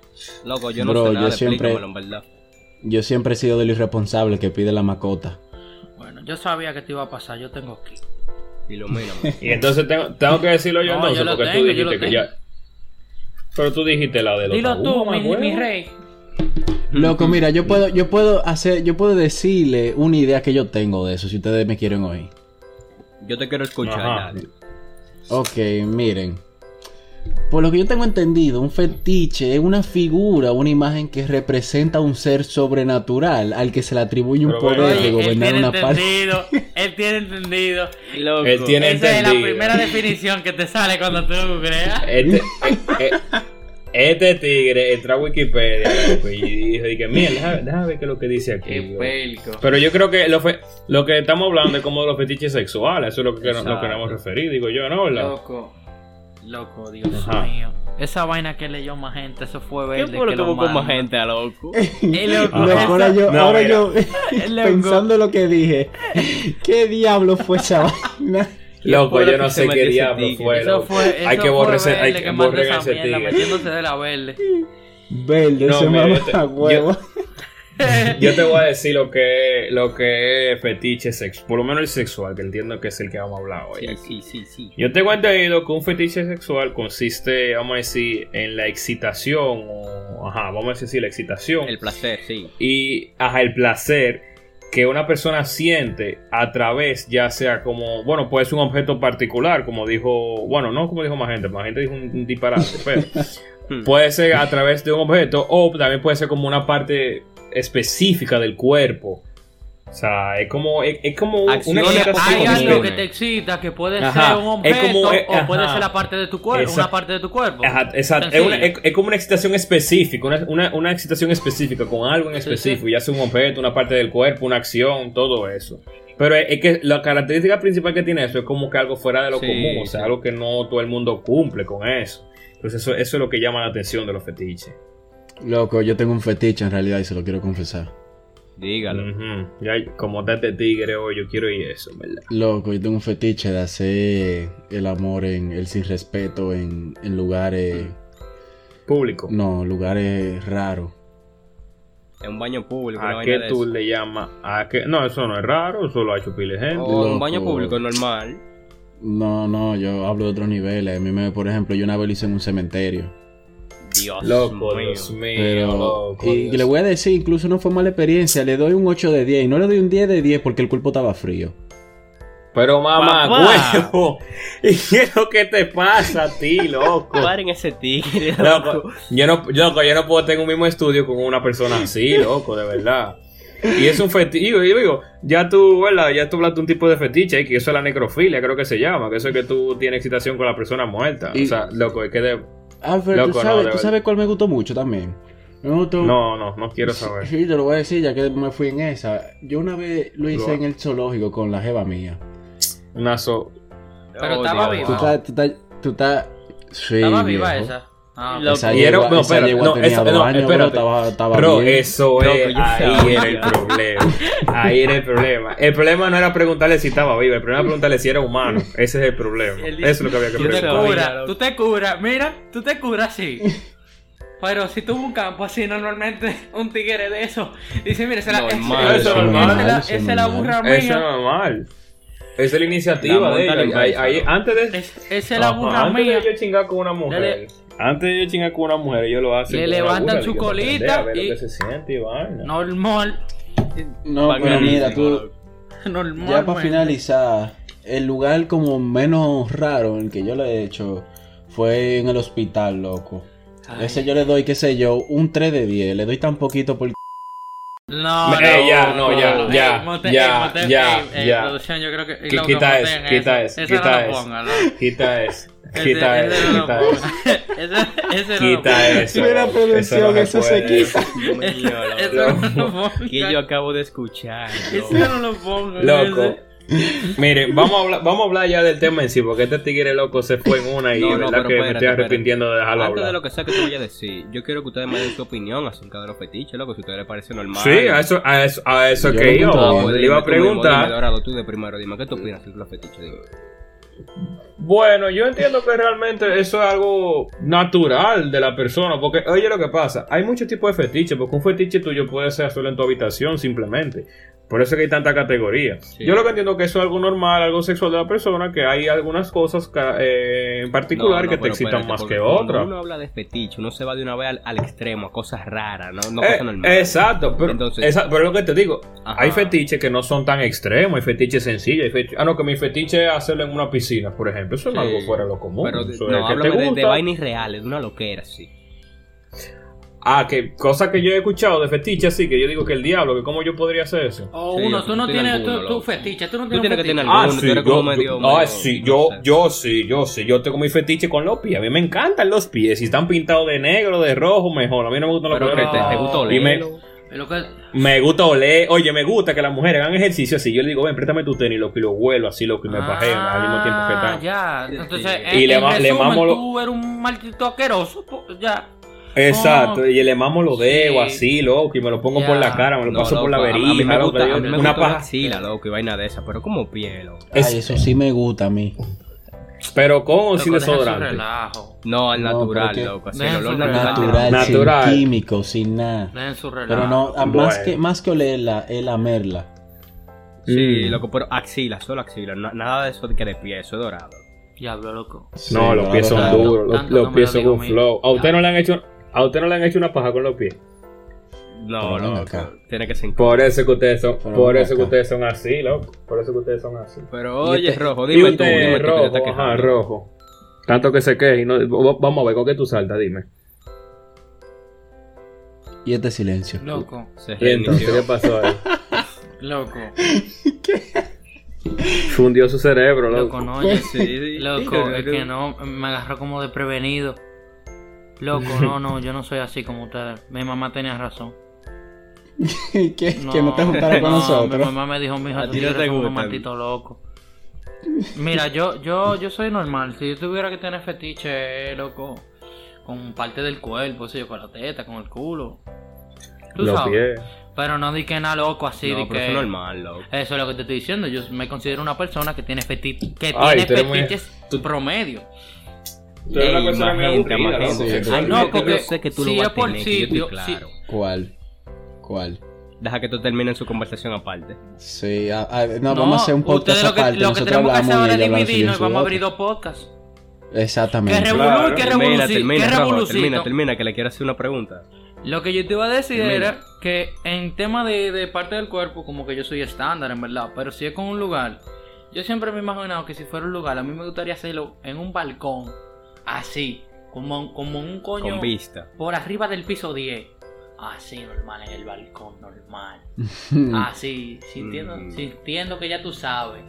F: Loco, yo no
B: Bro,
F: sé nada,
B: yo siempre-
F: explícamelo, en verdad.
B: Yo siempre he sido del irresponsable que pide la macota.
C: Bueno, yo sabía que te iba a pasar. Yo tengo aquí.
F: Ilumíname.
D: Y entonces tengo, tengo que decirlo yo
C: No,
D: entonces,
C: yo lo
D: porque tú
C: tengo, yo
D: dijiste
C: lo
D: que
C: tengo.
D: ya. Pero tú dijiste la de los
C: Dilo
D: tabúes,
C: tú,
D: mamá,
C: mi,
D: huevo.
C: mi rey.
B: Loco, mira, yo puedo, yo puedo hacer, yo puedo decirle una idea que yo tengo de eso, si ustedes me quieren oír.
F: Yo te quiero escuchar,
D: Ajá.
F: dale.
B: Ok, miren. Por lo que yo tengo entendido, un fetiche es una figura, una imagen que representa a un ser sobrenatural al que se le atribuye un
D: Pero
B: poder
D: bueno.
C: Oye,
B: de
C: él
B: gobernar
C: tiene
B: una parte.
C: entendido. Él tiene entendido.
F: Loco.
D: Él tiene
C: Esa es la
D: entendido.
C: primera definición que te sale cuando tú creas.
D: Este, eh, eh, este tigre entra a Wikipedia loco, y dijo, dije, mira, déjame, déjame ver qué es lo que dice aquí.
C: Qué
D: loco".
C: pelco.
D: Pero yo creo que lo, fe- lo que estamos hablando es como de los fetiches sexuales, eso es lo que queremos- lo
C: Exacto.
D: queremos referir, digo yo, ¿no? ¿Verdad?
C: Loco. Loco, Dios
D: Ajá.
C: mío. Esa vaina que leyó más gente, eso fue
F: ¿Qué
C: verde. que
F: fue lo pues, que
C: lo
F: hubo con más
C: manda.
F: gente, loco?
C: Eh, loco,
B: Loco,
D: Ajá.
B: ahora yo,
D: No,
B: ahora
D: mira.
B: yo,
C: Loco.
B: pensando lo que dije, ¿qué diablo fue esa vaina?
D: Loco,
F: fue lo
D: yo
F: que
D: no
F: se
D: sé
F: metió
D: qué
F: ese
D: diablo
F: tigre?
D: fue.
C: Eso
D: loco.
C: fue,
D: hay
C: eso
D: que
C: fue
D: borrar ese,
C: Verde
D: hay que
C: que mandó
D: borrar
C: esa
D: ese
C: mierda,
D: tigre.
C: metiéndose de la verde.
B: Verde,
D: No,
B: ese
D: mira, yo te-
B: mamahuevo.
D: Yo te voy a decir lo que lo que es fetiche sexual, por lo menos el sexual, que entiendo que es el que vamos a hablar hoy.
F: Sí,
D: aquí.
F: sí, sí, sí.
D: Yo tengo entendido que un fetiche sexual consiste, vamos a decir, en la excitación, o, ajá, vamos a decir la excitación
F: El placer, sí.
D: y ajá, el placer que una persona siente a través, ya sea como, bueno, puede ser un objeto particular, como dijo, bueno, no como dijo más gente, más gente dijo un, un disparate, pero puede ser a través de un objeto o también puede ser como una parte específica del cuerpo. O sea, es como, es, es como un-
F: Acciones
D: una
C: Hay
F: Como
C: algo
F: viene.
C: que te excita, que puede
D: Ajá,
C: ser un
D: es
C: objeto
D: como- eh,
C: o puede
D: ajá.
C: ser la parte de tu cuerpo,
D: Esa-
C: una parte de tu cuerpo.
D: Ajá, exacto. Es,
C: Sencillo.
D: una- es- es como una excitación específica, una, una- una excitación específica con algo en
C: Sí,
D: específico, ya sea un objeto, una parte del cuerpo, una acción, todo eso. Pero es, es que la característica principal que tiene eso es como que algo fuera de lo
F: Sí,
D: común, o sea,
F: sí.
D: algo que no todo el mundo cumple con eso. Entonces eso, eso es lo que llama la atención de los fetiches.
B: Loco, yo tengo un fetiche en realidad y se lo quiero confesar.
F: Dígalo.
D: Ujú. Ya, como está este tigre hoy, yo quiero ir eso, ¿verdad?
B: Loco, yo tengo un fetiche de hacer el amor en el sin respeto en, en lugares.
D: Público.
B: No, lugares raros.
F: En un baño público, una
D: ¿A
F: vaina
D: Ah, qué
F: de
D: tú
F: esas.
D: le llamas? ¿A qué? No, eso no es raro, eso lo ha hecho pile gente.
F: O en un baño
B: Loco.
F: público normal.
B: No, no, yo hablo de otros niveles. A mí me, por ejemplo, yo una vez lo hice en un cementerio.
F: Dios
D: Loco,
F: mío.
D: Dios mío,
B: Pero,
D: loco,
B: y
D: Dios
B: le voy a decir, incluso no fue mala experiencia, le doy un 8 de 10 y no le doy un 10 de 10 porque el cuerpo estaba frío.
D: Pero mamá,
F: Papá.
D: huevo. ¿Y qué es lo que te pasa a ti, loco?
F: Paren ese tigre,
D: loco
F: loco.
D: yo, no, loco, yo no puedo tener un mismo estudio con una persona así, loco, de verdad. Y es un fetiche, yo digo, ya tú, ¿verdad? Ya tú hablaste de un tipo de fetiche, que eso es la necrofilia, creo que se llama, que eso es que tú tienes excitación con la persona muerta.
B: Y-
D: O sea, loco, es que de...
B: Ah, pero
D: Loco,
B: tú
D: no,
B: sabes,
D: de
B: tú
D: verdad.
B: sabes cuál me gustó mucho también. Me
F: Oh.
B: gustó
D: No, no, no quiero saber.
B: Sí, te lo voy a decir, ya que me fui en esa. Yo una vez lo hice
D: Lo-
B: en el zoológico con la jeva mía.
D: Una so...
C: Pero estaba
F: Dios.
B: Tú
C: vivo.
B: estás, tú estás, tú estás... Sí,
C: Estaba viva
B: viejo.
C: esa. Ah,
F: Loco.
B: Esa
D: Y era-
B: yegua-
D: no,
B: esa
D: espérate,
B: yegua
D: no,
B: tenía
D: esa-
B: dos
D: no,
B: años,
D: espérate.
B: bro, estaba, estaba
D: Pero
B: bien.
D: eso
F: Loco,
D: es,
F: yo
D: ahí
F: sabía.
D: era el problema. Ahí era el problema. El problema no era preguntarle si estaba viva, el problema era preguntarle si era humano. Ese es el problema.
C: El-
D: Eso es lo que había que
F: Yo te
C: Tú te
D: preguntar.
F: Pero,
C: curas,
F: mira, loco.
C: tú te curas, mira, tú te curas sí. Pero si tuvo un campo así, normalmente un tigre de eso dice: Mira, esa es la-
F: Normal,
D: eso
C: esa-
D: es
C: esa
D: normal,
C: es la-
B: eso es
C: esa es la
B: normal.
C: burra
D: Eso es
C: mía.
D: normal. Esa es la iniciativa
F: La
D: de
F: montan
D: ella.
F: en
D: Ahí-
F: casa,
D: ahí-
F: ¿no?
D: antes de,
C: Es- Esa es la
D: Ajá,
C: burra
D: antes
C: mía.
D: de yo chingar con una mujer.
C: Dale.
D: Antes de yo chingar con una mujer, ellos lo hacen.
C: Le
D: con una
C: levantan
D: burra,
C: su
D: digo, para
C: colita
D: aprender a ver lo
C: y-
D: que se siente y vaina.
C: Normal,
B: No, pero mira, tú,
C: normal.
B: ya para
C: man.
B: finalizar, el lugar como menos raro en el que yo lo he hecho fue en el hospital, loco.
C: Ay.
B: Ese yo le doy, qué sé yo, un 3 de 10. Le doy tan poquito por...
C: No,
E: Eh, ya, no, ya, ya,
C: Ey, Monte-
E: ya,
C: ey, Monte-
E: ya,
C: ey, ey,
E: ya.
C: eh, producción, yo creo que-
E: Qui-
C: lo que
E: quita
C: Monte-
E: eso, quita
C: esa- esa
E: eso,
C: no
E: quita
C: la
E: eso.
C: ponga, no.
E: Quita eso.
C: Ese-
E: Quita
C: ese no
E: eso.
C: lo
E: Quita
C: ponga.
E: eso.
C: Ese- ese no lo
E: Quita
C: ponga.
E: eso.
B: Mira, producción,
E: no
B: eso se
E: puede.
B: quita.
C: Eso no lo ponga.
F: Que yo acabo de escuchar.
C: Eso no lo ponga.
E: Loco.
C: ese-
E: Miren, vamos a, hablar, vamos a hablar ya del tema en sí, porque este tigre loco se fue en una y
F: No,
E: de
F: no,
E: verdad
F: pero
E: que me
F: espérate,
E: estoy
F: espérate.
E: arrepintiendo de dejarlo
F: Antes
E: hablar.
F: de lo que sea que te voy a decir, yo quiero que ustedes me den su opinión acerca de los fetiches, loco, si a ustedes les parece normal.
E: Sí, a eso, a eso, a eso
B: Yo
E: que
B: lo
E: iba.
B: apunto bien.
F: pues
E: Le
F: dime
E: iba a
F: tú mismo,
E: preguntar.
F: dime, Dorado, tú de primero, dime, ¿qué tú opinas acerca de los fetiches? Dime.
E: Bueno, yo entiendo que realmente eso es algo natural de la persona, porque oye lo que pasa, hay muchos tipos de fetiches, porque un fetiche tuyo puede ser solo en tu habitación simplemente. Por eso es que hay tanta categoría.
F: Sí.
E: Yo lo que entiendo que eso es algo normal, algo sexual de la persona, que hay algunas cosas ca- eh, en particular
F: No, no,
E: que te
F: pero
E: excitan
F: espérate,
E: más
F: porque
E: que
F: cuando
E: otras.
F: Uno habla de fetiche, uno se va de una vez al, al extremo, a cosas raras, no, no
E: Eh,
F: cosas normales.
E: exacto, pero,
F: Entonces-
E: esa- pero es lo que te digo,
F: Ajá.
E: hay fetiches que no son tan extremos, hay fetiches sencillos, hay fetiches- ah no, que mi fetiche es hacerlo en una piscina, por ejemplo, eso no es
F: Sí.
E: algo fuera de lo común.
F: Pero de-
E: eso es
F: no,
E: que te
F: háblame de, de
E: gusta.
F: vainas irreales, de una loquera, sí.
E: Ah, que cosa que yo he escuchado de fetiche así, que yo digo que el diablo, que cómo yo podría hacer eso.
C: O
F: Sí,
C: uno,
F: yo-
C: tú no
F: tú
C: tienes
F: tienes
C: tu,
F: alguno,
C: tu
F: loco.
C: fetiche, tú no
F: Tú
C: tienes,
F: tienes que
C: fetiche.
F: tener algo. Alguno, tú eres como medio-
E: ah,
F: medio-
E: sí,
F: no
E: yo,
F: sé.
E: yo sí, yo sí, yo tengo mi fetiche con los pies. A mí me encantan los pies. Si están pintados de negro, de rojo, mejor. A mí no me gustan los
F: Pero que
E: colores.
F: te, este, te gusta
C: no.
E: Y me-
F: oler.
C: Lo que-
E: Me gusta oler. Oye, me gusta que las mujeres hagan ejercicio así. Yo le digo, ven, préstame tu tenis, lo que lo huelo así, lo que
F: Ah,
E: me pajean al mismo tiempo que
C: Ah,
E: están.
C: Ya, entonces,
E: Y
C: en-
E: le
C: en
E: ma- le
C: resumen,
E: mamo lo-
C: tú eres un maldito asqueroso, po- ya.
E: Exacto,
C: Oh.
E: y le mamo los dedos
C: Sí.
E: así, loco, y me lo pongo
C: Ya.
E: por la cara, me lo
F: No,
E: paso por la
F: loco, a-
E: verija,
F: A mí me
E: loco,
F: gusta, a mí me
E: una
F: gusta la
E: paja.
F: axila, loco, y vaina de esa, pero como piel, loco.
E: Es-
B: Ay, eso sí me gusta a mí.
E: Pero con o
C: Loco,
E: sin
C: deja su
E: desodorante.
C: relajo.
F: No, al
B: No,
F: natural,
B: pero que-
F: loco. Así,
C: Deja
F: el olor
C: eso
F: natural.
B: Natural,
E: Natural.
B: sin químico, sin nada.
C: Dejen su relajo.
B: Pero no, a-
E: Bueno.
B: más, que, más que olerla, es lamerla.
F: Sí,
E: Mm.
F: loco, pero axila, solo axila. na- nada de eso de que de pie, eso es dorado.
C: Diablo, loco.
E: No,
B: Sí,
E: los pies son
B: dorado.
C: tanto,
E: duros, los,
C: tanto
E: los
C: no me
E: pies
C: lo
E: son
C: digo
E: un
C: a mí.
E: flow. A usted
C: Ya.
E: no le han hecho, a usted no le han hecho una paja con los pies.
F: No,
B: Pero ven
F: loco.
B: acá.
F: Tiene que ser.
E: Oh, Por eso que ustedes son,
B: Pero
E: por
B: ven
E: eso que
B: acá.
E: ustedes son así, loco. Por eso que ustedes son así.
F: Pero
B: Y
F: oye,
B: este-
F: rojo,
E: Y
F: dime tú,
E: usted
F: dime tú que te estás
E: rojo, ajá,
F: quejando.
E: rojo. Tanto que se queje y no, v- vamos a ver con qué tú saltas, dime.
B: Y este silencio.
C: Loco,
F: Se
E: Y entonces,
F: reinició.
E: ¿qué pasó ahí?
C: loco,
E: Fundió su cerebro,
C: loco,
E: loco.
C: no, oye.
F: Sí, sí.
C: Loco, es que no, me agarró como desprevenido. Loco, no, no, yo no soy así como ustedes. Mi mamá tenía razón.
B: que, que no te juntaras con
C: no, Mi
B: nosotros.
C: mamá me dijo, mija,
F: A
C: tú
F: ti no
C: eres
F: te
C: un
F: gustan.
C: maldito loco. Mira, yo, yo, yo soy normal. Si yo tuviera que tener fetiche, eh, loco, con parte del cuerpo, sí, con la teta, con el culo. Tú
E: Los
C: sabes.
E: pies.
C: Pero no di que nada loco así,
F: No,
C: di
F: pero
C: que...
F: eso es normal, loco.
C: Eso es lo que te estoy diciendo. Yo me considero una persona que tiene, fetiche que
E: Ay, tú
C: tiene
E: eres muy-
C: fetiches promedio.
E: Tú eres
F: Ey,
E: una persona
F: más
E: muy
F: gente,
E: aburrida,
F: más
E: loco.
F: gente.
E: Sí,
F: Ay,
E: sí.
F: no,
C: No, porque
F: porque yo sé que tú
C: si
F: lo vas
C: es
F: a
C: por
F: tener, que yo estoy
C: sitio,
F: claro.
B: ¿Cuál? ¿Cuál?
F: Deja que tú termines su conversación aparte.
B: Sí, a- a- no, vamos a hacer un
C: ustedes
B: podcast
C: lo que,
B: aparte.
C: Lo que
B: nosotros
C: tenemos que
B: hablamos y
C: hacer ahora es
B: ella habla suyo en
C: dividirnos y
B: su
C: vamos a
B: otra.
C: abrir dos podcasts. Que
B: Exactamente.
C: revolución, que
F: Termina, termina, Rojo, termina,
C: revolución.
F: termina, que le quiero hacer una pregunta.
C: Lo que yo te iba a decir
F: Termina.
C: era que en tema de, de parte del cuerpo, como que yo soy estándar, en verdad. Pero si es con un lugar, yo siempre me he imaginado que si fuera un lugar, a mí me gustaría hacerlo en un balcón, así, como, como un coño.
F: Con vista.
C: por arriba del piso 10. Así, normal, en el balcón, normal. Ah. Así, sintiendo,
F: Mm.
C: sintiendo que ya tú sabes.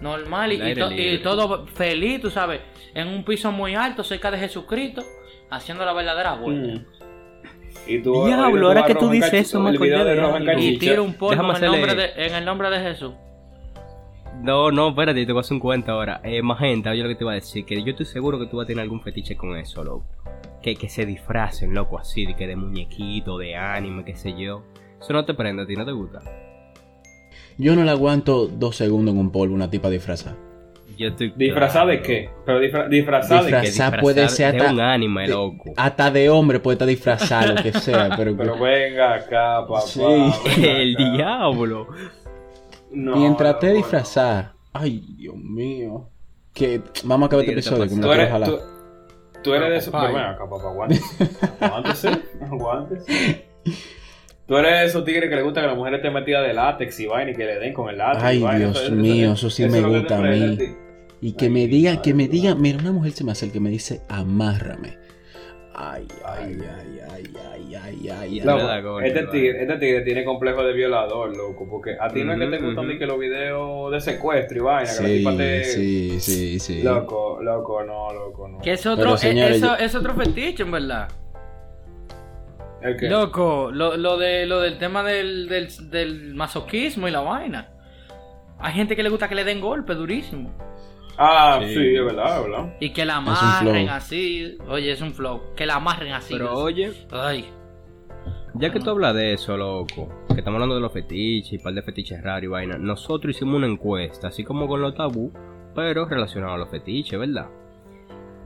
C: Normal y,
F: Al
C: y to-
F: aire libre.
C: y todo feliz, tú sabes. En un piso muy alto, cerca de Jesucristo, haciendo la verdadera
F: Mm.
C: vuelta.
E: Y tú,
F: Diablo, ahora que tú dices eso, me
E: el video
F: acordé
E: de
F: de
E: Rohan
F: algo.
E: Cachicha.
C: Y tiro un polvo
F: déjame
C: en el, nombre
F: hacerle-
C: de, en el nombre de Jesús.
F: No, no, espérate, te voy a hacer un cuento ahora. Eh, Magenta, oye lo que te iba a decir, que yo estoy seguro que tú vas a tener algún fetiche con eso, loco. Que, que se disfracen, loco, así, de que de muñequito, de anime, qué sé yo. Eso no te prende a ti, no te gusta.
B: Yo no le aguanto dos segundos en un polvo una tipa disfrazada.
F: Yo estoy...
E: ¿Disfrazada de
F: claro,
E: qué?
F: loco.
E: Pero disfra- disfrazada de
F: Que
E: qué.
B: Disfrazada puede
F: disfrazada
B: ser
F: de
B: hasta-
F: un anime,
B: de-
F: loco.
B: Hasta de hombre puede estar disfrazado, lo que sea, pero...
E: Pero venga acá, papá.
B: Sí.
E: venga
F: El
E: acá.
F: diablo.
E: No,
B: Mientras te
E: loco,
B: disfrazar... Ay, Dios mío. Que... Vamos a acabar este
F: Tigre, te
B: episodio, que
F: pasa.
B: me
E: no.
B: lo quiero
E: Tú eres,
B: jalar.
E: tú, tú eres de esos.
C: Papá.
E: Pero venga acá, papá, aguántese. Aguántese. Aguántese. Tú eres de esos tigres que le gusta que las mujeres estén metidas de látex y vaina y que le den con el látex. y
B: Ay,
E: vaina.
B: Dios mío, eso sí me
E: es lo que te
B: gusta a
E: prende
B: mí.
E: ti.
B: Y que
E: Ay,
B: me
E: mi
B: diga, que
E: madre,
B: me diga, mira, una mujer se me acerca y me dice, amárrame. Ay, ay, ay, ay, ay, ay, ay.
F: Loco,
B: ay.
F: da coño,
E: este,
F: vale.
E: tigre, este tigre tiene complejo de violador, loco. Porque a ti no es que te
F: Ujú,
E: gustan
F: ujú.
E: ni que los videos de secuestro y vaina. que la
B: Sí,
E: tipa te-
B: sí, sí, sí.
E: Loco, loco, no, loco, no.
C: Que es
B: Pero,
C: otro, eh,
B: señores,
C: eso-
B: yo-
C: es otro fetiche, en verdad.
E: ¿El qué?
C: Loco, lo, lo de, lo del tema del, del, del masoquismo y la vaina. Hay gente que le gusta que le den golpe durísimo.
E: Ah,
B: Sí.
E: sí, es verdad, es verdad.
C: Y que la
B: un
C: amarren
B: flow.
C: así. Oye, es un flow. Que la amarren así.
F: Pero oye,
C: Ay.
F: ya que tú hablas de eso, loco, que estamos hablando de los fetiches y par de fetiches raros y vaina, nosotros hicimos una encuesta, así como con los tabú, pero relacionado a los fetiches, ¿verdad?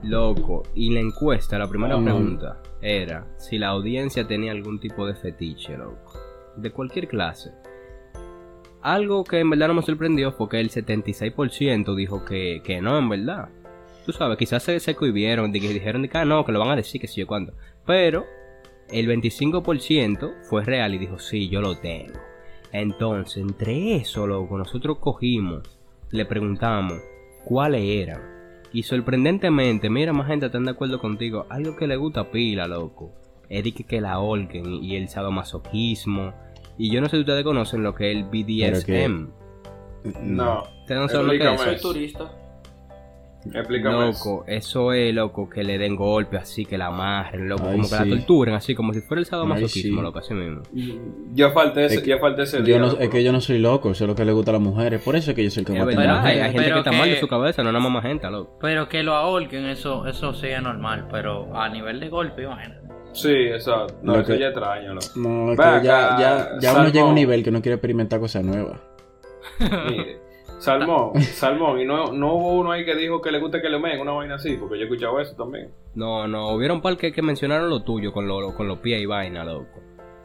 F: Loco, y la encuesta, la primera
B: Ujú.
F: pregunta era si la audiencia tenía algún tipo de fetiche, loco, de cualquier clase. Algo que en verdad no me sorprendió fue que el 76% dijo que, que no, en verdad. Tú sabes, quizás se, se cohibieron, de que dijeron de que ah, no, que lo van a decir, que sé yo cuándo. Pero el 25% fue real y dijo, sí, yo lo tengo. Entonces, entre eso, loco, nosotros cogimos, le preguntamos cuáles eran. Y sorprendentemente, mira, más gente está de acuerdo contigo. Algo que le gusta a pila, loco. Es de que, que la holguen y, y el sadomasoquismo. Y yo no sé si ustedes conocen lo que es el BDSM.
E: No.
F: Ustedes no saben lo que es eso.
E: Explícame.
C: turista.
E: Explícame. eso.
F: Loco, eso es loco, que le den golpe así, que la amarren, loco,
B: Ay,
F: como que la
B: sí.
F: torturen, así, como si fuera el sadomasoquismo,
B: sí.
F: loco, así mismo.
E: Yo falté ese,
B: Es que-
E: yo falté ese
B: Yo
E: día.
B: no,
E: loco.
B: es que yo no soy loco, eso es lo que le gusta a las mujeres. Por eso es que yo soy el que
F: Es
B: mata
F: verdad,
B: a
F: hay, hay
B: mujeres.
F: gente
C: Pero
F: que está mal de
C: que-
F: su cabeza, no nada más gente, loco.
C: Pero que lo ahorquen, eso, eso sí es normal. Pero a nivel de golpe, vaina.
E: Sí, exacto. No,
B: Lo
E: eso
B: que-
E: ya es extraño, loco.
B: No, es que
E: Ve
B: ya,
E: acá,
B: ya, ya uno
E: Salmón.
B: llega a un nivel que no quiere experimentar cosas nuevas.
E: Mire, Salmón, Salmón, y no, no hubo uno ahí que dijo que le gusta que le meen una vaina así, porque yo he escuchado eso también.
F: No, no, hubieron par que, que mencionaron lo tuyo con, lo, lo- con los pies y vaina, loco.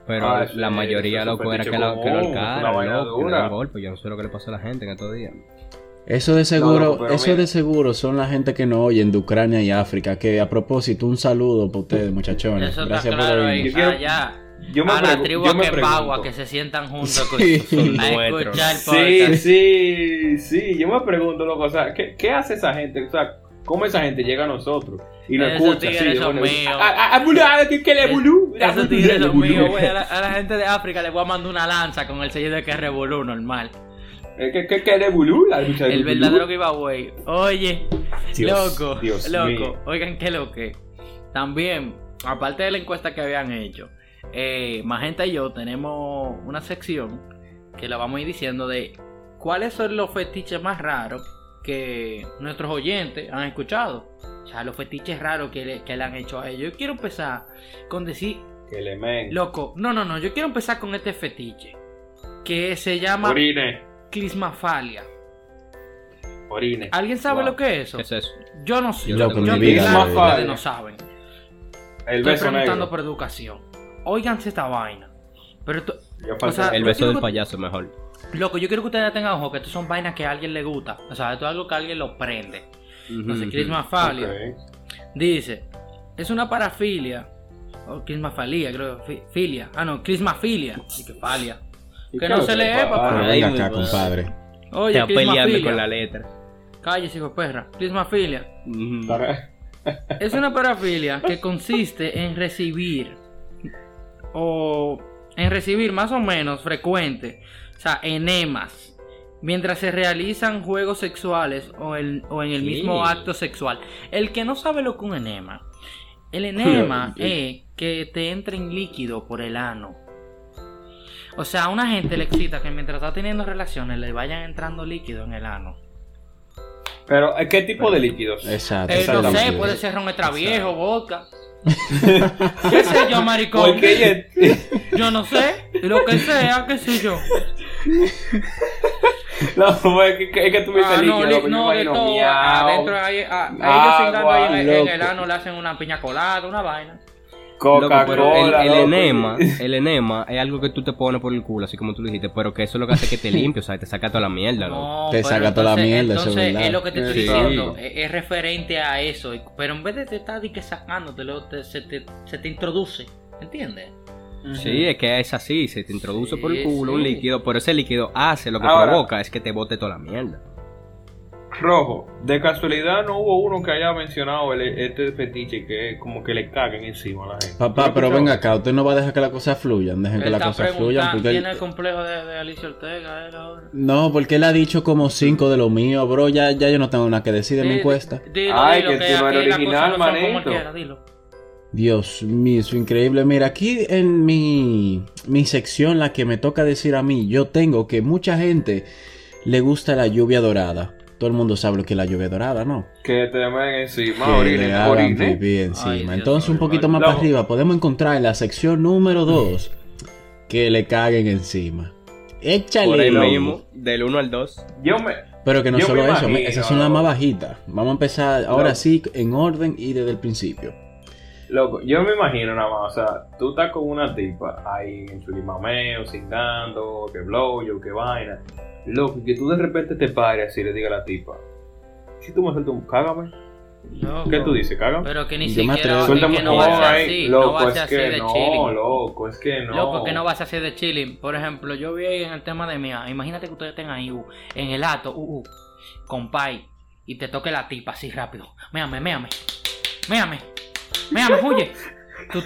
F: Pero
E: Ah,
F: la
E: sí,
F: mayoría,
E: eso es un
F: loco, era que,
E: fetiche
F: la, que lo
E: común, una vaina
F: alcaran, loco, que le
E: dura.
F: den golpe. Yo no sé lo que le pasa a la gente en estos días.
B: Eso de
E: No,
B: seguro,
E: loco, pero
B: eso
E: mira.
B: de seguro son la gente que no oyen de Ucrania y África. Que a propósito, un saludo para ustedes, muchachones.
C: Eso está
B: Gracias
C: claro
B: por
C: ahí.
B: oírnos.
E: Yo quiero-
C: Allá.
E: Yo me
C: a la
E: pregu-
C: tribu
E: yo me
C: que
E: pregunto.
C: pagua, que se sientan juntos con-
B: Sí.
C: a
F: Nuestro.
C: escuchar el
E: Sí,
C: podcast.
E: sí, sí. Yo me pregunto, loco, o sea, ¿qué, qué hace esa gente? O sea, ¿cómo esa gente llega a nosotros? Y nos
C: Esos
E: escucha,
C: tigres
E: sí,
C: son
E: bueno,
C: míos.
E: a- a- a "Ah, bulú, a- que- que le bulú, a
C: Esos
E: bulú,
C: tigres
E: le
C: son
E: bulú.
C: míos, güey. A, la- a la gente de África le voy a mandar una lanza con el sello de que es revolú normal.
E: Eh, que- que- que le bulú, la escucha de
C: El
E: bulú.
C: verdadero giveaway. Oye,
E: Dios,
C: loco,
E: Dios
C: loco.
E: mío.
C: Oigan, qué lo que. También, aparte de la encuesta que habían hecho, eh, Magenta y yo tenemos una sección que la vamos a ir diciendo de cuáles son los fetiches más raros que nuestros oyentes han escuchado. O sea, los fetiches raros que le, que le han hecho a ellos. Yo quiero empezar con decir,
E: Que le men.
C: loco, no, no, no, yo quiero empezar con este fetiche que se llama
E: Orine,
C: clismafalia.
E: orine.
C: ¿Alguien sabe
E: Wow.
C: lo que es eso?
F: ¿Qué es eso?
C: Yo no sé.
F: Yo
C: Yo,
F: loco, mi
C: yo-
F: vida,
C: claro que
E: loco.
C: ustedes no saben.
E: El
C: Estoy
E: beso
C: preguntando
E: negro.
C: por educación. Óiganse esta vaina. Pero esto-
E: Yo falté
C: o sea,
E: ese.
F: El
C: yo
F: beso
C: quiero
F: del
C: que-
F: payaso, mejor.
C: loco, yo quiero que ustedes tengan ojo que esto son vainas que a alguien le gusta. O sea, esto es algo que a alguien lo prende. Entonces, clismafalia
E: Ok.
C: dice, es una parafilia o clismafalia, creo, fi- filia. Ah, no, clismafilia. Así que falia.
E: ¿Y
C: Que
E: qué
C: no
E: es lo
C: se
E: que
C: lee,
E: le
C: papá.
E: pasa?
B: Pero
F: Ay,
B: ven
F: muy
B: acá,
F: bueno.
B: compadre.
C: Oye,
F: pelearme
C: clismafilia.
F: con la letra.
C: Cállese, hijo de perra. Clismafilia.
F: Ujú.
E: Para-
C: Es una parafilia que consiste en recibir o en recibir más o menos frecuente, o sea, enemas, mientras se realizan juegos sexuales o, el- o en el mismo
F: Sí.
C: acto sexual. El que no sabe lo que es un enema, el enema es que te entre en líquido por el ano. O sea, a una gente le excita que mientras está teniendo relaciones le vayan entrando líquido en el ano.
E: Pero, eh, ¿qué tipo de líquidos?
B: Exacto.
C: Eh,
B: esa es
C: no
B: la
C: sé,
B: mujer.
C: puede ser ron extra viejo, vodka. ¿Qué sé yo, maricón?
E: Porque ella-
C: Yo no sé, lo que sea, qué sé yo.
E: No, es que, es que tú me dices
C: Ah, no,
E: líquido,
C: li-
E: loco, yo
C: no,
E: me
C: de
E: imagino
C: todo.
E: miau,
C: Adentro, ahí, ah, ellos
E: agua,
C: singando ahí en, en el
E: loco.
C: ano le hacen una piña colada, una vaina.
F: Loco, pero el,
E: Coca-Cola,
F: el
E: loco.
F: enema, el enema es algo que tú te pones por el culo, así como tú lo dijiste, pero que eso es lo que hace que te limpie, o sea, te saca toda la mierda, loco.
C: No,
B: Te
C: pero
B: saca toda la
C: entonces-
B: mierda, eso es
C: Entonces,
B: verdad.
C: es lo que te estoy
F: Sí.
C: diciendo, es, es referente a eso. y- Pero en vez de te estar di que sacándotelo, te- se, te, se te introduce, ¿entiendes?
F: Sí, es que es así, se te introduce
C: Sí,
F: por el culo un
C: sí.
F: líquido, pero ese líquido hace lo que
E: Ahora-
F: provoca es que te bote toda la mierda.
E: Rojo, de casualidad no hubo uno que haya mencionado el- este fetiche que es como que le caguen encima a la gente.
B: Papá, pero venga acá, usted no va a dejar que las cosas fluyan, dejen que
C: Él
B: las
C: está
B: cosas fluyan.
C: preguntando,
B: Porque él-
C: tiene el complejo de, de Alicia Ortega, él ahora.
B: No, porque él ha dicho como cinco de lo mío, bro. Ya, ya yo no tengo nada que decir de mi
C: Di-
B: encuesta.
C: Dilo,
E: Ay,
C: dilo,
E: que tú no eres
C: aquí las
E: original,
C: cosas no son como él
E: manito.
C: quiera, dilo.
B: Dios mío, es increíble. Mira, aquí en mi, mi sección, la que me toca decir a mí, yo tengo que mucha gente le gusta la lluvia dorada. Todo el mundo sabe lo que es la lluvia dorada, ¿no?
E: Que te ven encima,
B: que le
E: orinen,
B: hagan
E: orinen.
B: pipí encima.
C: Ay, Dios
B: Entonces, un
C: mío,
B: poquito más
E: Loco.
B: para arriba, podemos encontrar en la sección número 2 que le caguen encima.
F: Por
B: Échale
F: ahí
B: loco.
F: mismo, del 1 al 2.
E: Yo me...
B: Pero que no
E: Yo
B: solo
E: me
B: eso, me-
E: imagino,
B: esas son las
E: loco.
B: más bajitas. Vamos a empezar ahora
E: Loco.
B: sí en orden y desde el principio.
E: Loco, yo me imagino nada más, o sea, tú estás con una tipa ahí en su limameo, cintando, que blowjob, que vaina. Loco, que tú de repente te pares y le digas a la tipa, si tú me sueltas un cágame,
C: Loco.
E: ¿qué tú dices, cágame?
C: Pero que ni
B: Yo me
C: siquiera
B: atrevo.
C: es
E: Suéltame
C: que
E: un
C: no va a ser
E: "Oh,
C: así,
E: ey,
C: no va
E: Loco,
C: a ser
E: es
C: así
E: que
C: de
E: no,
C: chilling.
E: loco, es que no.
C: Loco, que no vas a hacer de chilling. Por ejemplo, yo vi en el tema de mía. Imagínate que ustedes estén ahí, uh, en el ato, uh, uh, compay, y te toque la tipa así rápido. Méame, méame, méame, méame, huye. Tú-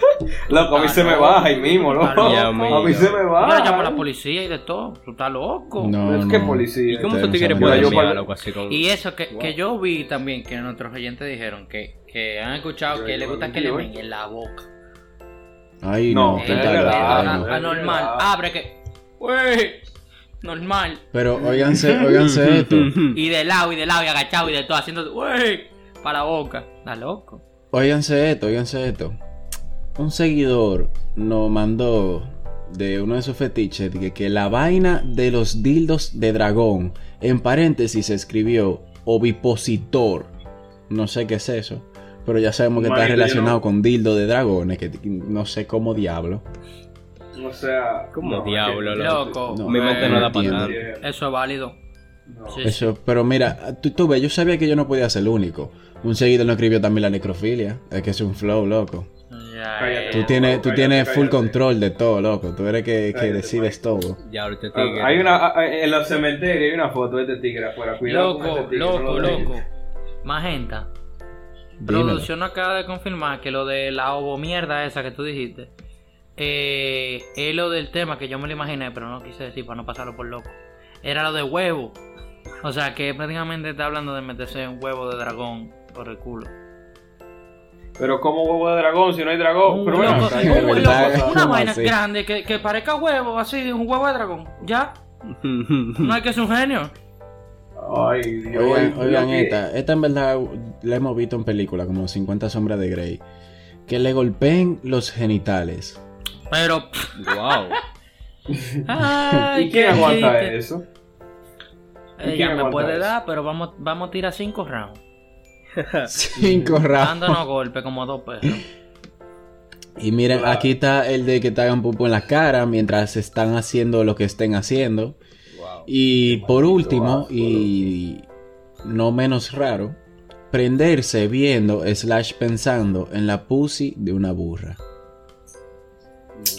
E: Loco, a mí
C: Ah,
E: se me
C: no.
E: baja ahí mismo, loco.
C: Está
E: A
F: loco.
E: mí se me
C: yo
E: baja.
C: le llamo a la policía y de todo. Tú estás loco.
B: No,
E: Es que
B: no.
E: policía.
F: ¿Y cómo
B: ustedes
F: esos
B: no
F: tigres
B: saben
E: puede
F: pueden
E: nada.
F: mirar
E: Yo-
F: algo así con...
C: Y eso que,
F: Wow.
C: que yo vi también, que nuestros oyentes dijeron que, que han escuchado
E: Yo
C: que le
E: igual
C: gusta
E: vi
C: que le
E: hoy.
C: ven en la boca.
B: Ay, no,
E: No,
B: qué
E: es
B: tal,
E: verdad,
B: ay, no.
E: es
C: a- anormal.
E: verdad.
C: Abre que. Uy, normal.
B: Pero óiganse, óiganse esto.
E: Mm.
C: Y de lado, y de lado, y agachado, y de todo, haciendo. ¡Wey! Para la boca. Está loco.
B: Óiganse esto, óiganse esto. Un seguidor nos mandó de uno de sus fetiches de que, que la vaina de los dildos de dragón, en paréntesis se escribió ovipositor. No sé qué es eso, pero ya sabemos que está
E: Manito, yo
B: relacionado
E: no-
B: con dildo de dragones, que no sé cómo diablo.
E: O sea.
F: Como
E: no,
F: diablo,
E: es que-
C: Loco.
B: No,
F: Me monta
B: no
F: nada para
B: entiendo.
F: nada.
C: Eh, Eso es válido.
E: No.
C: Sí, sí.
B: Eso, pero mira, tú, tú ves, yo sabía que yo no podía ser el único. Un seguidor nos escribió también la necrofilia. Es que es un flow, loco.
C: Ya,
E: Cállate.
B: Tú
C: eh.
B: tienes,
E: cállate,
B: tú tienes full
E: cállate.
B: control de todo, loco. Tú eres que, que
E: Cállate,
B: decides todo.
F: Ya, ahorita
E: Ah,
F: tigre.
E: Hay una, ah, en los cementerios hay una foto de este tigre afuera. Cuidado con
C: Loco,
E: ese tigre, no
C: loco,
E: lo dejes.
C: loco. Magenta.
B: Dímelo.
C: Producción acaba de confirmar que lo de la ovo mierda esa que tú dijiste eh, es lo del tema que yo me lo imaginé, pero no lo quise decir para no pasarlo por loco. Era lo de huevo. O sea que prácticamente está hablando de meterse un huevo de dragón por el culo.
E: Pero como huevo de dragón si no hay
C: Un
E: dragón. Oh, pero bueno,
C: loco-
E: está
B: sí,
E: bien,
C: un
E: pero
B: verdad.
E: está
C: loco- una
B: ¿Cómo
C: vaina
B: así?
C: grande que, que parezca huevo, así, un huevo de dragón. Ya, no hay que ser un genio.
E: pasando. Ay, Dios.
B: Oigan, oigan
E: Loco,
B: esta. Esta en verdad la hemos visto en película, como 50 sombras de Grey. Que le golpeen los genitales.
C: Pero, pff,
F: Wow.
C: ay,
E: ¿Y quién aguanta
C: chiste.
E: eso? ¿Y quién
C: Ella me
E: aguanta
C: puede
E: eso?
C: dar, pero vamos, vamos a tirar cinco rounds.
B: Cinco rounds.
C: Dándonos golpe como dos perros.
B: Y miren,
E: Claro.
B: aquí está el de que te hagan pupo en la cara mientras están haciendo lo que estén haciendo.
F: wow.
B: Y
E: Qué
B: por
E: maldito
B: último,
E: asco,
B: y no menos raro, prenderse viendo slash pensando en la pussy de una burra.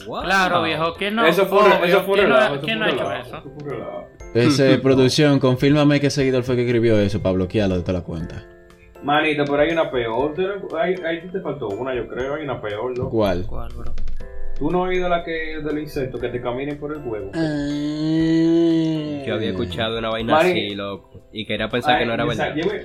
F: Wow.
C: Claro, viejo, ¿quién no?
E: Eso fue un re-
C: obvio,
E: eso fue un
C: ¿quién no-
E: relajo. eso
C: ¿Quién no
E: fue
C: ha
E: un
C: hecho
E: relajo,
C: eso?
E: eso fue un relajo.
B: Ese producción, confírmame que seguidor fue que escribió eso para bloquearlo de toda la cuenta.
E: Manito, pero hay una peor. tú- Ahí ahí te faltó una, yo creo. Hay una peor, loco.
B: ¿Cuál?
C: ¿Cuál, bro?
E: ¿Tú no has oído la que del insecto que te caminen por el huevo?
F: Yo
B: Yo
E: Eh.
F: había escuchado una vaina
E: Mari-
F: así, loco. Y quería pensar que no era
E: Ay, o sea,
F: verdad.
E: Yo me,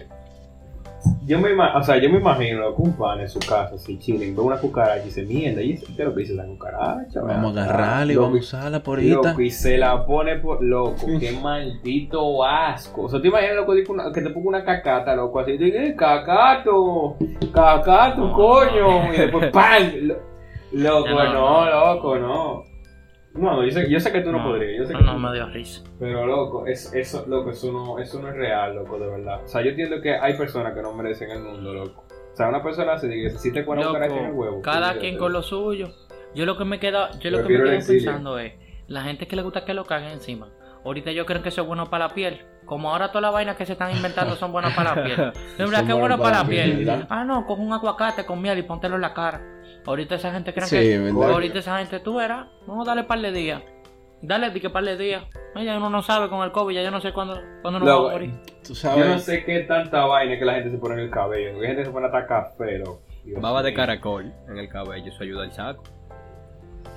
E: yo me ima- o sea, yo me imagino loco, un pan en su casa, así chilling, ve una cucaracha y dice, mierda, y es- ¿qué es lo que dice la cucaracha?
B: Vamos a
E: ¿verdad?
B: agarrarla y
E: Loco,
B: vamos a usarla por ahorita.
E: Loco, y se la pone por loco, qué maldito asco. O sea, te imaginas loco, dice una- que te ponga una cacata, loco, así, dice, "Eh, cacato, cacato,
C: No,
E: coño, y después ¡pam! Lo- Loco,
C: No,
E: no,
C: no,
E: loco, no. No, yo sé, yo sé que tú no, podrías, yo sé
C: no,
E: que
C: no
E: tú-
C: me dio risa.
E: pero loco, es, eso, loco, eso no, eso no es real, loco, de verdad. O sea, yo entiendo que hay personas que no merecen el mundo, loco. O sea, una persona se dice, si te cuerdas un carajo en el huevo.
C: Loco, cada
E: pues,
C: quien
E: mírate.
C: con lo suyo. Yo lo que me queda, yo lo que me
E: Prefiero el
C: quedo
E: exilio.
C: pensando es, la gente que le gusta que lo caguen encima. Ahorita yo creo que eso es bueno para la piel. Como ahora todas las vainas que se están inventando son buenas para la piel. De verdad
B: Son
C: que es bueno
B: buenas
C: para la
B: piel,
C: piel.
B: ¿verdad?
C: Ah, no, coge un aguacate con miel y póntelo en la cara. Ahorita esa gente cree
B: Sí,
C: que.
B: ¿verdad?
C: Ahorita esa gente, tú verás, vamos a darle par de días. Dale, di que par de días. No, ya uno no sabe con el COVID, ya yo no sé cuándo, cuándo nos
E: No,
C: vamos a
E: güey.
C: morir.
B: Tú
E: Yo no
B: sabes.
E: sé qué tanta vaina que la gente se pone en el cabello. Que la gente se pone hasta café, loco. Dios
F: Baba de
E: mío.
F: caracol en el cabello, eso ayuda al saco.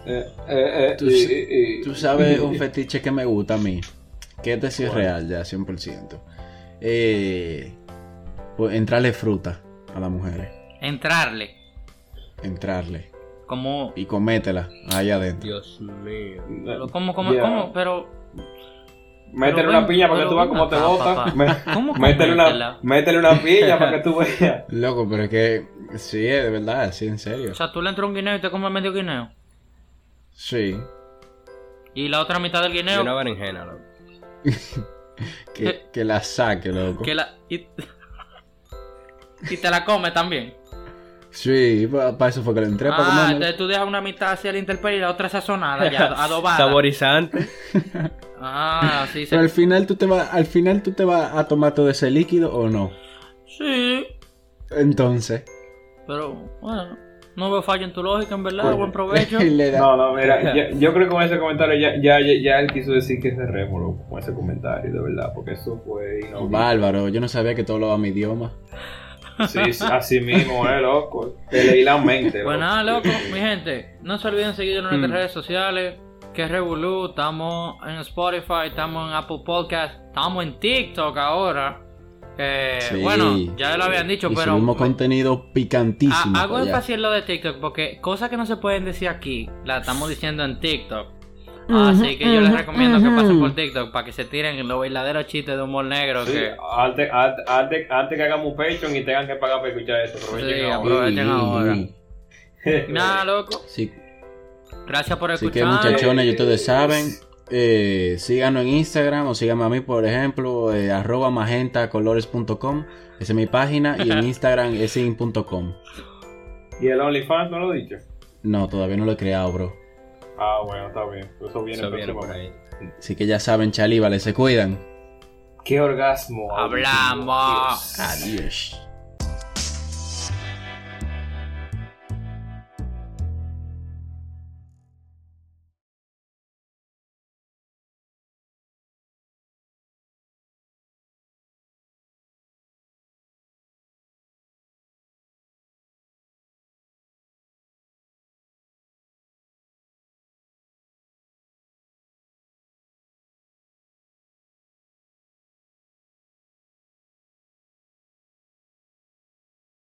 E: Eh, eh, eh,
B: Tú
E: y-
B: sí-
E: y- y-
B: Tú sabes un fetiche que me gusta a mí. Que este sí es real ya, 100%. Eh, pues entrarle fruta a las mujeres.
C: Entrarle,
B: Entrarle.
C: como,
B: Y cométela allá adentro.
F: Dios mío.
E: eh,
C: como, como,
E: Ya.
C: como, pero,
E: Métele
C: Pero
E: una
C: ven-
E: piña para que
C: pero
E: tú veas
C: ven
E: cómo te
C: acá,
E: botas.
C: papá. ¿cómo
E: Métele una,
C: comértela?
E: métele una piña para que tú veas.
B: Loco, pero es que sí, es de verdad, sí, en serio.
C: O sea, tú le entras un guineo y te comes medio guineo.
B: Sí.
C: Y la otra mitad del
F: Y
C: guineo,
F: una berenjena, loco.
B: Que, que la saque, loco.
C: que la... Y, y te la comes también.
B: Sí, para eso fue que le entré, para
C: ah,
B: comerme.
C: entonces tú dejas una mitad hacia el interperio y la otra sazonada, ya adobada.
F: Saborizante.
C: Ah, sí,
B: Pero
C: se...
B: al final tú te vas, al final tú te vas a tomar todo ese líquido o no.
C: sí,
B: Entonces.
C: pero bueno, no veo fallo en tu lógica, en verdad, buen provecho.
B: le da-
E: No, no, mira, yo, yo creo que con ese comentario ya, ya, ya, ya él quiso decir que cerremos, loco, con ese comentario, de verdad, porque eso fue inaudible.
B: Bárbaro, yo no sabía que todo hablaba mi idioma.
E: Sí, sí, así mismo, eh, loco. Te leí la mente,
C: Pues
E: loco.
C: nada, loco, mi gente, no se olviden seguirnos en nuestras
B: Mm.
C: redes sociales, que es Revolú, estamos en Spotify, estamos en Apple Podcast, estamos en TikTok ahora. que,
B: Sí.
C: Bueno, ya lo habían dicho,
B: y
C: pero
B: subimos pues,
C: me-
B: contenido picantísimo.
C: Ah, hago
B: para allá.
C: énfasis en lo de TikTok porque cosas que no se pueden decir aquí la estamos diciendo en TikTok. Así que yo les recomiendo que pasen por TikTok para que se tiren los verdaderos chistes de humor negro.
E: Sí,
C: que...
E: antes, antes, antes, antes que hagamos un Patreon y tengan que pagar para escuchar esto, aprovechen
C: Sí,
E: ahora.
C: aprovechen
B: Sí,
C: ahora.
B: sí.
C: Nada, loco.
B: Sí,
C: Gracias por
B: Así que
C: escuchar.
B: muchachones, ya ustedes saben, eh, síganos en Instagram o síganme a mí, por ejemplo, eh, arroba magentacolores.com. Esa es mi página y en Instagram es in.com.
E: ¿Y el OnlyFans no lo he dicho?
B: No, todavía no lo he creado, bro.
E: Ah, bueno, está bien. Eso viene
F: Eso viene por
E: próximamente.
F: ahí.
B: Así que ya saben, chalí, vale, se cuidan.
E: ¡Qué orgasmo!
C: Hablamos.
E: Dios.
B: Adiós.